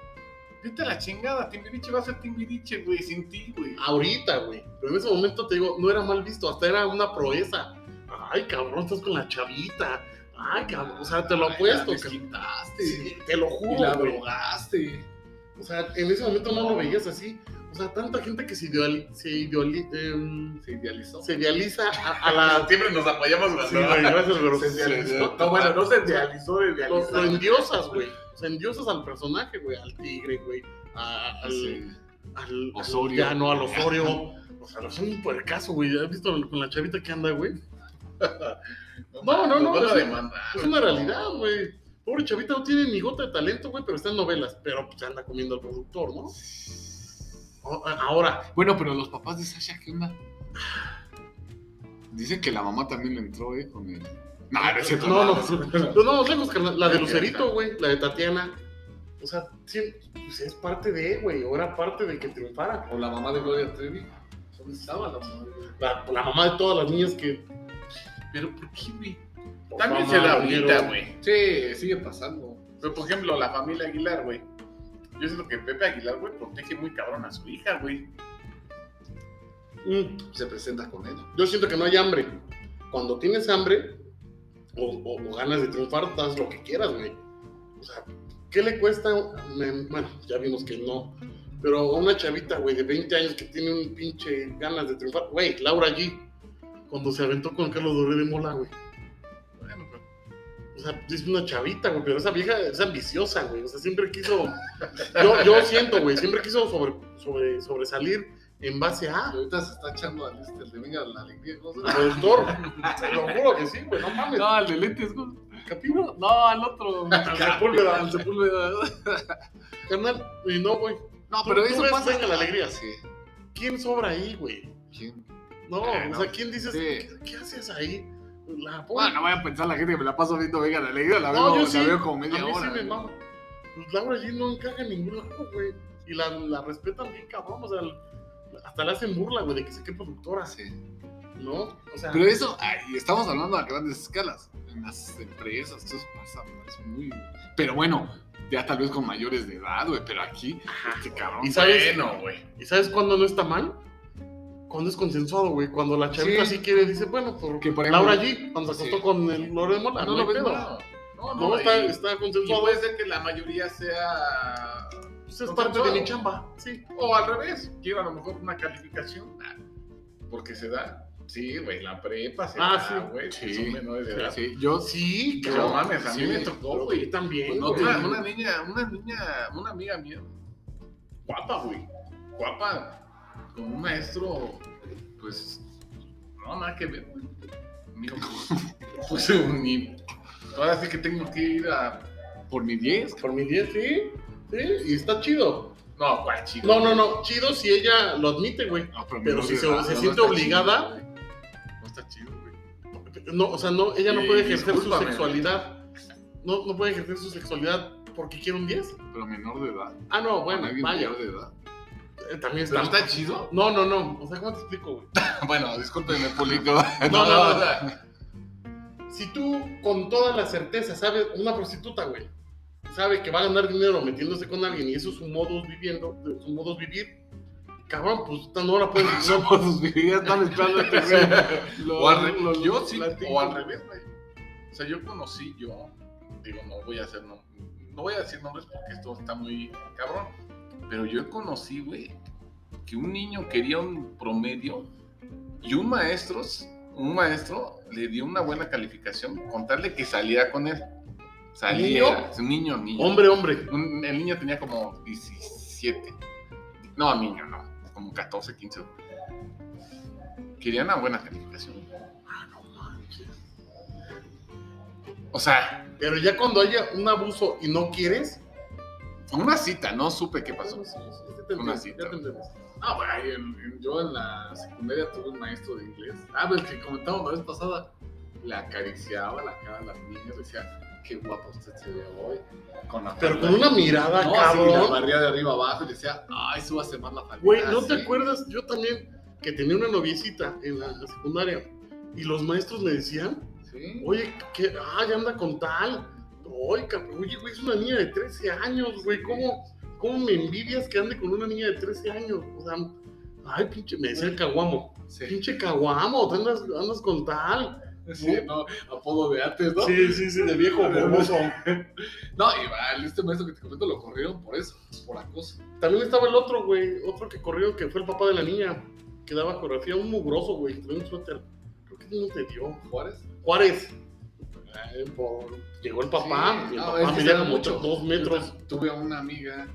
[SPEAKER 1] Vete a la chingada, Timbiriche va a ser Timbiriche, güey, sin ti, güey.
[SPEAKER 2] Ahorita, güey. Pero en ese momento te digo, no era mal visto, hasta era una proeza. Ay, cabrón, estás con la chavita. Ay, cabrón, o sea, Ah, te lo apuesto.
[SPEAKER 3] La
[SPEAKER 2] que-
[SPEAKER 3] desquitaste
[SPEAKER 2] Sí, te lo
[SPEAKER 3] y la
[SPEAKER 2] juro, güey.
[SPEAKER 3] drogaste.
[SPEAKER 2] O sea, en ese momento no lo veías así. O sea, tanta gente que se, ideal- se, ideali- em,
[SPEAKER 3] Se idealizó.
[SPEAKER 2] se idealiza a, a la...
[SPEAKER 1] Siempre nos apoyamos cuando-
[SPEAKER 2] gracias, pero
[SPEAKER 1] Se idealizó.
[SPEAKER 2] No, bueno, no
[SPEAKER 1] se idealizó, se
[SPEAKER 2] lo, lo endiosas, güey. O sea, endiosas al personaje, güey, al tigre, güey, a- al,
[SPEAKER 3] Sí.
[SPEAKER 2] al
[SPEAKER 1] Osorio.
[SPEAKER 2] Osorio. no, al Osorio. O sea, es un puercazo, güey. ¿Has visto con la chavita que anda, güey? No, no, no,
[SPEAKER 1] Nos van a
[SPEAKER 2] es-
[SPEAKER 1] demandar.
[SPEAKER 2] Es una realidad, güey. Pobre chavita no tiene ni gota de talento, güey, pero está en novelas. Pero pues anda comiendo al productor, ¿no? O- a- Ahora,
[SPEAKER 3] Bueno, pero los papás de Sasha, ¿qué onda? Dicen que la mamá también le entró, ¿eh? Con el... No, no es cierto.
[SPEAKER 2] no, no, no, no, lejos, carnal. La de Lucerito, güey, la de Tatiana. O sea, sí, pues es parte de, güey, o era parte de que triunfara.
[SPEAKER 3] O la mamá de Gloria Trevi. ¿Dónde estaba la mamá de Gloria?
[SPEAKER 2] La, la mamá de todas las niñas que.
[SPEAKER 1] Pero, ¿por qué, güey?
[SPEAKER 2] por
[SPEAKER 1] También
[SPEAKER 2] fama,
[SPEAKER 1] se da
[SPEAKER 2] dinero,
[SPEAKER 1] ahorita, güey.
[SPEAKER 3] Sí, sigue pasando.
[SPEAKER 1] Pero, por ejemplo, la familia Aguilar, güey. Yo siento que Pepe Aguilar, güey, protege muy cabrón a su hija, güey.
[SPEAKER 2] Mm,
[SPEAKER 3] Se presenta con ella.
[SPEAKER 2] Yo siento que no hay hambre. Cuando tienes hambre o, o- o ganas de triunfar, das lo que quieras, güey. O sea, ¿qué le cuesta? me- bueno, ya vimos que no. Pero a una chavita, güey, de 20 años que tiene un pinche ganas de triunfar. Güey, Laura G. Cuando se aventó con Carlos Doré de Mola, güey.
[SPEAKER 1] Bueno, pero-
[SPEAKER 2] O sea, pues, es una chavita, güey, pero esa vieja es ambiciosa, güey. O sea, siempre quiso. Yo, yo siento, güey, siempre quiso sobre, sobre, sobresalir en base a.
[SPEAKER 3] Y ahorita se está echando al este, el de Venga la Alegría. ¿no?
[SPEAKER 2] productor. Te lo juro que sí, güey, no mames.
[SPEAKER 4] No, al de lentes, ¿no? ¿Capibro? No, al
[SPEAKER 2] [LAUGHS]
[SPEAKER 4] otro.
[SPEAKER 2] Al Sepúlveda, al
[SPEAKER 4] Sepúlveda.
[SPEAKER 2] Carnal, y no, güey.
[SPEAKER 4] No,
[SPEAKER 2] Tú-
[SPEAKER 4] pero
[SPEAKER 2] tú
[SPEAKER 4] eso
[SPEAKER 2] ves
[SPEAKER 4] pasa.
[SPEAKER 2] Venga la Alegría.
[SPEAKER 4] Sí.
[SPEAKER 2] ¿Quién sobra ahí, güey?
[SPEAKER 3] ¿Quién?
[SPEAKER 2] No,
[SPEAKER 1] Eh, no.
[SPEAKER 2] o sea, ¿quién dices,
[SPEAKER 4] Sí.
[SPEAKER 2] ¿qué, qué haces ahí?
[SPEAKER 4] Bueno,
[SPEAKER 2] La
[SPEAKER 4] no
[SPEAKER 2] pobre.
[SPEAKER 4] vaya a pensar la gente que me la paso viendo Vega la Alegría, la
[SPEAKER 2] No,
[SPEAKER 4] veo,
[SPEAKER 2] yo
[SPEAKER 4] la
[SPEAKER 2] sí.
[SPEAKER 4] veo como
[SPEAKER 2] a
[SPEAKER 4] media
[SPEAKER 2] mí
[SPEAKER 4] hora.
[SPEAKER 2] sí me mama. Pues Laura G no encaja en ningún lado, güey. Y la, la respetan bien, cabrón. O sea, hasta le hacen burla, güey, de que sé qué productora,
[SPEAKER 4] Sí.
[SPEAKER 2] ¿no? O sea,
[SPEAKER 4] Pero eso, ay, estamos hablando a grandes escalas, en las empresas, todo eso pasa, ¿no? es muy... Pero bueno, ya tal vez con mayores de edad, güey, pero aquí, este cabrón...
[SPEAKER 2] ¿Y sabes?
[SPEAKER 1] Bueno, güey.
[SPEAKER 2] ¿y sabes cuándo no está mal? Cuando es consensuado, güey. Cuando la chavita
[SPEAKER 4] Sí.
[SPEAKER 2] sí, quiere, dice, bueno, por,
[SPEAKER 4] Que, por ejemplo,
[SPEAKER 2] Laura G, cuando se acostó
[SPEAKER 4] sí.
[SPEAKER 2] con el Lore de Mola,
[SPEAKER 4] No
[SPEAKER 2] no,
[SPEAKER 4] lo
[SPEAKER 2] hay
[SPEAKER 4] ves
[SPEAKER 2] pedo.
[SPEAKER 4] mal.
[SPEAKER 1] No, no,
[SPEAKER 2] No, está,
[SPEAKER 1] y-
[SPEAKER 2] está
[SPEAKER 1] Y
[SPEAKER 2] consensuado.
[SPEAKER 1] puede ser que la mayoría sea.
[SPEAKER 2] Pues es
[SPEAKER 1] No,
[SPEAKER 2] parte de
[SPEAKER 1] claro.
[SPEAKER 2] mi chamba. Sí.
[SPEAKER 1] O al revés, quiero a lo mejor una calificación. ah, Porque se da. Sí, güey, la prepa se
[SPEAKER 2] Ah,
[SPEAKER 1] da,
[SPEAKER 2] sí.
[SPEAKER 1] güey.
[SPEAKER 4] Sí.
[SPEAKER 1] Son menores de edad.
[SPEAKER 4] Sí, yo sí,
[SPEAKER 2] Sí,
[SPEAKER 1] No
[SPEAKER 4] Claro,
[SPEAKER 1] mames, a mí
[SPEAKER 4] sí,
[SPEAKER 1] me tocó, güey.
[SPEAKER 2] también.
[SPEAKER 4] Pues no
[SPEAKER 2] güey.
[SPEAKER 1] Una, una niña, una niña, una amiga mía. Guapa, güey. Guapa. Con un maestro, pues. No, nada que ver, güey. Mío, güey. [LAUGHS] Pues ni. Ahora sí que tengo que ir a.
[SPEAKER 4] por mi 10,
[SPEAKER 2] Por mi 10, sí. Sí, y está chido.
[SPEAKER 1] No, cuál chido.
[SPEAKER 2] No, no, no. Chido si ella lo admite, güey.
[SPEAKER 4] no, pero,
[SPEAKER 2] Pero
[SPEAKER 4] menores
[SPEAKER 2] si
[SPEAKER 4] de
[SPEAKER 2] se,
[SPEAKER 4] edad,
[SPEAKER 2] se
[SPEAKER 4] no
[SPEAKER 2] siente
[SPEAKER 4] está
[SPEAKER 2] obligada,
[SPEAKER 1] No está chido, güey.
[SPEAKER 2] no, o sea, no, ella no
[SPEAKER 1] Eh,
[SPEAKER 2] puede ejercer su
[SPEAKER 1] discúlpame.
[SPEAKER 2] sexualidad. No, no puede ejercer su sexualidad porque quiere un 10.
[SPEAKER 4] chido, pero menor de edad.
[SPEAKER 2] Ah, no, bueno,
[SPEAKER 4] Alguien
[SPEAKER 2] vaya.
[SPEAKER 4] menor de edad.
[SPEAKER 2] eh, También
[SPEAKER 1] ¿Pero
[SPEAKER 2] está.
[SPEAKER 1] está
[SPEAKER 2] [LAUGHS]
[SPEAKER 1] chido?
[SPEAKER 2] No, no, no. O sea, ¿cómo te explico, güey?
[SPEAKER 4] Bueno, discúlpenme,
[SPEAKER 1] [LAUGHS]
[SPEAKER 4] [LAUGHS] público.
[SPEAKER 2] No, no, no. si tú con toda la certeza sabes, una prostituta, güey, sabe que va a ganar dinero metiéndose con alguien y eso es su modus viviendo, su modus vivir, cabrón, pues no la pueden no,
[SPEAKER 4] Somos sus vidas, están esperando este güey. Lo-
[SPEAKER 1] O al, re-
[SPEAKER 4] lo- lo-
[SPEAKER 1] yo sí,
[SPEAKER 4] platico.
[SPEAKER 1] o al revés, güey. O sea, yo conocí, yo, digo, no voy a hacer, no, no voy a decir nombres porque esto está muy cabrón, pero yo conocí, güey, que un niño quería un promedio y un maestro, un maestro le dio una buena calificación con tal de que saliera con él. Saliera, es un niño, niño.
[SPEAKER 2] hombre, hombre.
[SPEAKER 1] Un- el niño tenía como 17. No, niño, no. Como 14, 15. Quería una buena calificación. O sea,
[SPEAKER 2] Pero ya cuando haya un abuso y no quieres,
[SPEAKER 1] una cita, no supe qué pasó.
[SPEAKER 3] Sí, sí, sí.
[SPEAKER 2] te
[SPEAKER 1] Una
[SPEAKER 2] entiendo,
[SPEAKER 1] cita.
[SPEAKER 2] ya te entiendo.
[SPEAKER 3] Ah, bueno, ahí en- en- yo en la secundaria tuve un maestro de inglés. Ah, pero el que comentábamos la vez pasada. La acariciaba la cara a las niñas, le decía, qué guapo usted se ve hoy. Con la
[SPEAKER 2] Pero
[SPEAKER 3] falda
[SPEAKER 2] con una mirada,
[SPEAKER 3] No, así,
[SPEAKER 2] cabrón.
[SPEAKER 3] la barría de arriba abajo y le decía, ay, súbase más la faldita.
[SPEAKER 2] Güey, ¿no te
[SPEAKER 3] así.
[SPEAKER 2] acuerdas? Yo también, que tenía una noviecita en la, la secundaria. Y los maestros me decían,
[SPEAKER 3] Sí.
[SPEAKER 2] oye, que, ay, anda con tal. Oye, cabrón, oye, güey, es una niña de 13 años, güey. ¿Cómo, ¿Cómo me envidias que ande con una niña de 13 años? O sea, ay, pinche, me decía el caguamo.
[SPEAKER 3] Sí,
[SPEAKER 2] Pinche caguamo, te andas, andas con tal.
[SPEAKER 3] sí, no, apodo de antes, ¿no?
[SPEAKER 2] Sí, sí, sí, de viejo
[SPEAKER 3] morboso.
[SPEAKER 2] famoso.
[SPEAKER 3] No, y vale, este maestro que te comento lo corrieron por eso, por acoso.
[SPEAKER 2] También estaba el otro, güey, otro que corrió, que fue el papá de la niña, que daba coreografía, un mugroso, güey, que tenía un suéter. Creo que no te dio.
[SPEAKER 3] ¿Juárez?
[SPEAKER 2] Juárez. Eh, por- Llegó el papá,
[SPEAKER 3] Sí,
[SPEAKER 2] y el
[SPEAKER 3] no, es
[SPEAKER 2] papá
[SPEAKER 3] que
[SPEAKER 2] medía
[SPEAKER 3] sabe
[SPEAKER 2] como
[SPEAKER 3] mucho.
[SPEAKER 2] dos metros.
[SPEAKER 3] Tuve una amiga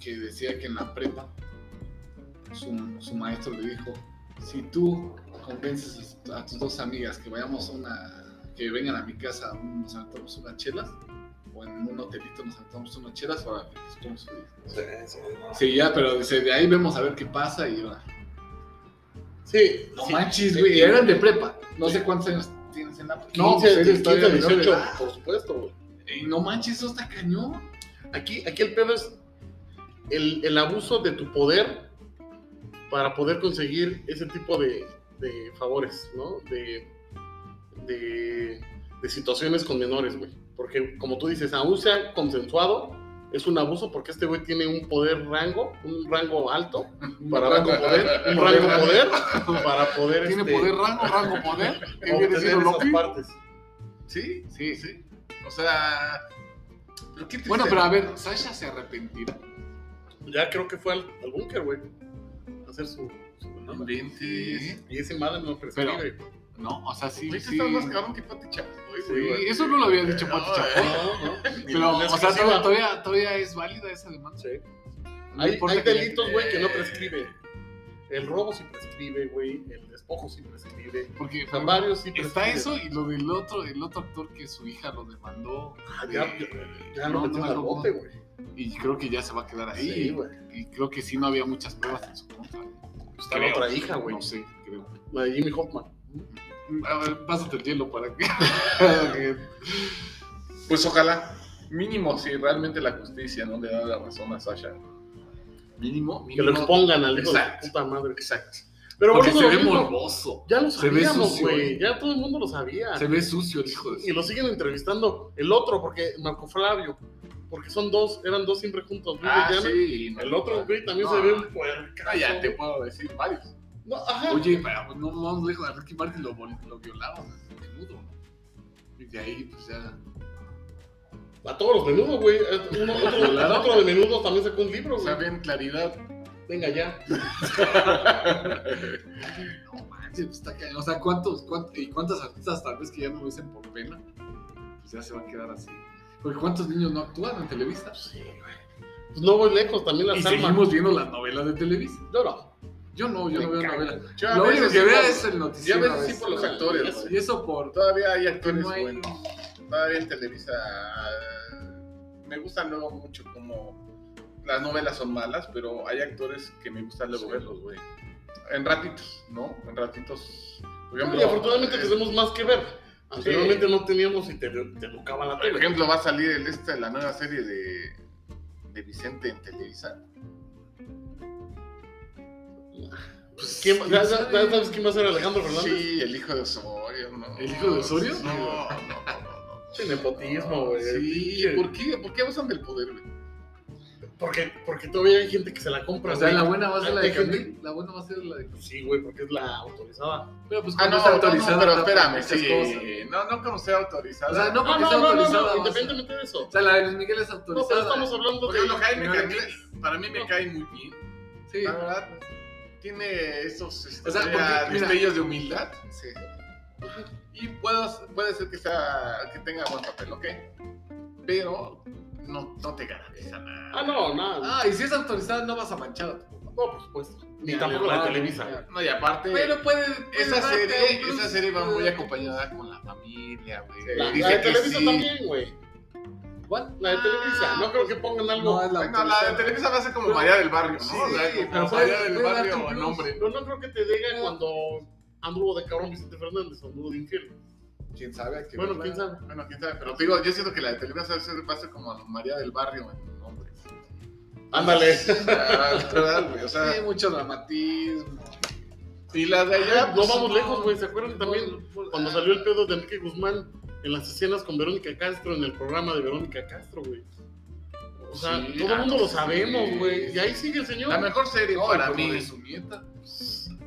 [SPEAKER 3] que decía que en la prepa su, su maestro le dijo, si tú convences a tus dos amigas que vayamos a una, que vengan a mi casa, nos aventamos unas chelas, o en un hotelito nos aventamos unas chelas, ahora les pongo su día". Sí, ya, pero dice, de ahí vemos a ver qué pasa y va.
[SPEAKER 2] Sí,
[SPEAKER 3] No
[SPEAKER 2] sí.
[SPEAKER 3] manches, güey, eran de prepa. No sé cuántos años tienes en la prepa.
[SPEAKER 2] No, pues, 15,
[SPEAKER 3] eres
[SPEAKER 2] 15,
[SPEAKER 3] todavía menor de
[SPEAKER 2] 18,
[SPEAKER 3] edad.
[SPEAKER 2] ah, por supuesto, güey.
[SPEAKER 3] Ey, no manches, eso está cañón.
[SPEAKER 2] Aquí, aquí el pedo es el, el abuso de tu poder para poder conseguir ese tipo de, de favores, ¿no? De, de, de situaciones con menores, güey. Porque, como tú dices, aún sea consensuado, es un abuso porque este güey tiene un poder rango, un rango alto, para rango poder, un rango poder, para poder...
[SPEAKER 4] Tiene
[SPEAKER 2] este,
[SPEAKER 4] poder rango, rango
[SPEAKER 2] [LAUGHS]
[SPEAKER 4] poder. ¿Qué viene
[SPEAKER 2] obtener
[SPEAKER 4] siendo
[SPEAKER 2] esas
[SPEAKER 4] Loki?
[SPEAKER 2] partes.
[SPEAKER 1] Sí, sí, sí. O sea, pero qué triste,
[SPEAKER 4] Bueno, pero a
[SPEAKER 1] ¿no?
[SPEAKER 4] ver, Sasha se arrepentirá.
[SPEAKER 2] Ya creo que fue al, al búnker, güey. A hacer su... su
[SPEAKER 1] No
[SPEAKER 2] manada.
[SPEAKER 1] inventes.
[SPEAKER 2] y ese madre no prescribe.
[SPEAKER 4] Pero- No, o sea, sí.
[SPEAKER 3] Pues
[SPEAKER 1] Ahorita
[SPEAKER 4] sí.
[SPEAKER 1] estás más cabrón que Pati Chapoy,
[SPEAKER 2] Sí,
[SPEAKER 1] güey.
[SPEAKER 4] Sí, eso no lo había dicho Pati
[SPEAKER 1] No,
[SPEAKER 4] Chapoy.
[SPEAKER 2] No, no.
[SPEAKER 4] Pero,
[SPEAKER 2] La
[SPEAKER 4] o sea,
[SPEAKER 2] exclusiva.
[SPEAKER 4] todavía, todavía, todavía es válida esa demanda.
[SPEAKER 2] Sí.
[SPEAKER 4] No
[SPEAKER 2] Hay,
[SPEAKER 4] importa
[SPEAKER 2] hay
[SPEAKER 4] que-
[SPEAKER 2] delitos, güey, que no prescriben. El robo sí prescribe, güey. El despojo sí prescribe.
[SPEAKER 4] Porque
[SPEAKER 2] O sea, varios sí prescriben.
[SPEAKER 4] está eso y lo del otro, el otro actor que su hija lo demandó.
[SPEAKER 2] Ah,
[SPEAKER 4] de-
[SPEAKER 2] ya, ya, ya lo
[SPEAKER 4] No,
[SPEAKER 2] metieron
[SPEAKER 4] no,
[SPEAKER 2] al
[SPEAKER 4] no.
[SPEAKER 2] bote, güey.
[SPEAKER 4] Y creo que ya se va a quedar ahí.
[SPEAKER 2] Sí, güey.
[SPEAKER 4] y creo que sí no había muchas pruebas en su contra.
[SPEAKER 2] Está la otra hija, güey.
[SPEAKER 4] No sé, creo.
[SPEAKER 2] La de Jimmy Hoffman.
[SPEAKER 4] A ver, pásate el hielo para que. para que-
[SPEAKER 1] Pues ojalá. Mínimo, si realmente la justicia no le da la razón a Sasha.
[SPEAKER 4] mínimo,
[SPEAKER 2] Que lo
[SPEAKER 4] mínimo.
[SPEAKER 2] expongan al hijo de
[SPEAKER 1] Exacto.
[SPEAKER 2] su puta madre.
[SPEAKER 1] Exacto.
[SPEAKER 2] Pero
[SPEAKER 4] Porque
[SPEAKER 2] bueno,
[SPEAKER 4] se
[SPEAKER 2] lo
[SPEAKER 4] ve
[SPEAKER 2] mismo,
[SPEAKER 4] morboso.
[SPEAKER 2] ya lo
[SPEAKER 4] se ve
[SPEAKER 2] sabíamos,
[SPEAKER 4] sucio,
[SPEAKER 2] güey.
[SPEAKER 4] güey.
[SPEAKER 2] Ya todo el mundo lo sabía.
[SPEAKER 4] Se ve sucio el hijo de
[SPEAKER 2] Y
[SPEAKER 4] su.
[SPEAKER 2] lo siguen entrevistando el otro, porque Marco Flavio. Porque son dos, eran dos siempre juntos. güey,
[SPEAKER 1] Ah,
[SPEAKER 2] ya no-
[SPEAKER 1] sí. no.
[SPEAKER 2] El otro, güey, también
[SPEAKER 1] No.
[SPEAKER 2] se ve un puerca.
[SPEAKER 1] Ah, ya te puedo decir varios.
[SPEAKER 2] No, ajá.
[SPEAKER 4] Oye, pero no vamos lejos de Ricky Martin, lo, vol- lo violaron a menudo. Y de ahí, pues ya.
[SPEAKER 2] A todos los menudos, güey. eh, Uno,
[SPEAKER 1] [LAUGHS]
[SPEAKER 2] otro,
[SPEAKER 4] ¿Violado?
[SPEAKER 2] otro de menudo también sacó un libro,
[SPEAKER 1] O sea,
[SPEAKER 2] güey.
[SPEAKER 1] vean claridad.
[SPEAKER 2] Venga ya.
[SPEAKER 4] No manches, pues está cañón. O sea, ¿cuántos, cuánt- y cuántas artistas tal vez que ya no lo hacen por pena? Pues ya se va a quedar así. Porque ¿cuántos niños no actúan en Televisa?
[SPEAKER 2] Pues no voy lejos, también la
[SPEAKER 4] Y
[SPEAKER 2] Salma.
[SPEAKER 4] seguimos viendo las novelas de Televisa.
[SPEAKER 2] Yo no.
[SPEAKER 4] Yo no, yo
[SPEAKER 1] Me
[SPEAKER 4] no veo
[SPEAKER 1] cago.
[SPEAKER 4] novelas.
[SPEAKER 1] Yo a
[SPEAKER 4] Lo
[SPEAKER 1] veces
[SPEAKER 4] único que
[SPEAKER 1] sí
[SPEAKER 4] veo
[SPEAKER 1] por-
[SPEAKER 4] es el
[SPEAKER 1] Yo a
[SPEAKER 4] noticiero.
[SPEAKER 1] veces sí
[SPEAKER 4] ¿ves?
[SPEAKER 1] por los
[SPEAKER 2] güey.
[SPEAKER 1] actores,
[SPEAKER 2] Eso-
[SPEAKER 1] güey.
[SPEAKER 4] Y eso por...
[SPEAKER 1] Todavía hay actores
[SPEAKER 4] no hay-
[SPEAKER 1] buenos. Todavía en Televisa ah, me gusta luego mucho como las novelas son malas, pero hay actores que me gusta luego
[SPEAKER 4] Sí.
[SPEAKER 1] verlos, güey. En ratitos, ¿no? En ratitos. Por
[SPEAKER 2] Y afortunadamente
[SPEAKER 1] eh,
[SPEAKER 2] tenemos más que ver. Anteriormente no teníamos y te, te educaba la
[SPEAKER 1] por
[SPEAKER 2] tele.
[SPEAKER 1] ejemplo, va a salir el, esta, la nueva serie de, de Vicente en Televisa.
[SPEAKER 2] Pues, ¿quién, ya, ya- ya sabes quién va a ser Alejandro Fernández?
[SPEAKER 1] Sí, el hijo de Osorio, ¿no?
[SPEAKER 4] ¿El hijo de Osorio?
[SPEAKER 1] No, no, no, no, no.
[SPEAKER 2] Che, nepotismo, güey.
[SPEAKER 1] Sí,
[SPEAKER 2] Pinche-
[SPEAKER 1] ¿por qué? ¿Por qué abusan del poder, güey?
[SPEAKER 2] Porque, porque todavía hay gente que se la compra.
[SPEAKER 4] O sea, la
[SPEAKER 2] güey.
[SPEAKER 4] buena va a ser la
[SPEAKER 2] Hay
[SPEAKER 4] de
[SPEAKER 2] gente-
[SPEAKER 4] Camil. La buena va a ser la de...
[SPEAKER 2] Pues sí, güey, porque es la autorizada.
[SPEAKER 4] Pero pues
[SPEAKER 1] Ah,
[SPEAKER 4] cuando
[SPEAKER 1] no,
[SPEAKER 4] está
[SPEAKER 1] no, no,
[SPEAKER 4] autorizada...
[SPEAKER 1] pero
[SPEAKER 4] tapa
[SPEAKER 1] espérame,
[SPEAKER 4] muchas
[SPEAKER 1] sí.
[SPEAKER 4] cosas.
[SPEAKER 1] No, no como sea autorizada.
[SPEAKER 4] O sea, no
[SPEAKER 2] Ah, No,
[SPEAKER 4] porque
[SPEAKER 2] no,
[SPEAKER 4] está
[SPEAKER 2] no, no,
[SPEAKER 4] autorizada.
[SPEAKER 2] no,
[SPEAKER 4] va a ser-
[SPEAKER 2] independientemente de eso.
[SPEAKER 4] O sea, la de Luis Miguel es
[SPEAKER 2] No, pero
[SPEAKER 4] autorizada. ¿eh?
[SPEAKER 2] estamos hablando
[SPEAKER 1] Por
[SPEAKER 2] de...
[SPEAKER 1] ejemplo, Pues Jaime
[SPEAKER 4] No,
[SPEAKER 1] Camil,
[SPEAKER 4] no.
[SPEAKER 1] para mí me cae muy bien.
[SPEAKER 4] Sí.
[SPEAKER 1] La verdad, tiene esos este,
[SPEAKER 4] O sea,
[SPEAKER 1] todavía
[SPEAKER 4] porque, mira.
[SPEAKER 1] destellos de humildad.
[SPEAKER 4] Sí.
[SPEAKER 1] Y puedo- puede ser que, sea, que tenga buen papel, ¿ok? Pero no, no te garantiza nada.
[SPEAKER 2] Ah, no, nada.
[SPEAKER 1] Ah,
[SPEAKER 4] Ah, y si es autorizada no vas a manchar a tu papá.
[SPEAKER 2] No, por supuesto. Ni
[SPEAKER 1] Ya,
[SPEAKER 2] tampoco
[SPEAKER 1] le
[SPEAKER 2] la de
[SPEAKER 1] va,
[SPEAKER 2] Televisa.
[SPEAKER 1] No, y aparte,
[SPEAKER 3] Pero puede. puede
[SPEAKER 1] esa,
[SPEAKER 3] darte
[SPEAKER 1] serie,
[SPEAKER 3] un plus,
[SPEAKER 1] esa serie va muy
[SPEAKER 3] eh,
[SPEAKER 1] acompañada con la familia, güey.
[SPEAKER 3] Sí.
[SPEAKER 2] La,
[SPEAKER 1] Dice
[SPEAKER 2] la de
[SPEAKER 1] que
[SPEAKER 2] Televisa
[SPEAKER 1] sí.
[SPEAKER 2] también, güey. ¿What? La de Televisa. Ah. No creo que pongan algo.
[SPEAKER 3] No, es la
[SPEAKER 1] Bueno, la de
[SPEAKER 3] autorizada.
[SPEAKER 1] Televisa va a ser como
[SPEAKER 3] Pero-
[SPEAKER 1] María del Barrio, ¿no?
[SPEAKER 3] Sí,
[SPEAKER 1] o sea, como
[SPEAKER 2] pero puede-
[SPEAKER 1] María del
[SPEAKER 3] puede darte un
[SPEAKER 1] Barrio,
[SPEAKER 3] plus.
[SPEAKER 1] nombre.
[SPEAKER 2] Pero no creo que te diga cuando anduvo de cabrón Vicente Fernández o anduvo de infierno.
[SPEAKER 3] ¿Quién sabe? a
[SPEAKER 2] pues,
[SPEAKER 3] qué
[SPEAKER 2] Bueno,
[SPEAKER 3] verla.
[SPEAKER 2] quién sabe.
[SPEAKER 1] Bueno, quién sabe, pero te digo, yo siento que la de Televisa va a ser- va a ser como María del Barrio en nombre.
[SPEAKER 2] Ándale. [LAUGHS]
[SPEAKER 1] o sea,
[SPEAKER 3] Sí, mucho dramatismo.
[SPEAKER 1] y la de allá,
[SPEAKER 2] No pues,
[SPEAKER 1] pues,
[SPEAKER 2] vamos lejos, güey. ¿Se acuerdan también
[SPEAKER 3] Bueno,
[SPEAKER 2] cuando salió el pedo de Enrique Guzmán en las escenas con Verónica Castro en el programa de Verónica Castro, güey? O sea,
[SPEAKER 1] Sí,
[SPEAKER 2] todo
[SPEAKER 1] ah,
[SPEAKER 2] el mundo lo
[SPEAKER 1] sí.
[SPEAKER 2] sabemos, güey. Y ahí sigue el señor.
[SPEAKER 1] la mejor serie
[SPEAKER 3] No,
[SPEAKER 1] para
[SPEAKER 3] y como
[SPEAKER 1] mí.
[SPEAKER 3] de su nieta.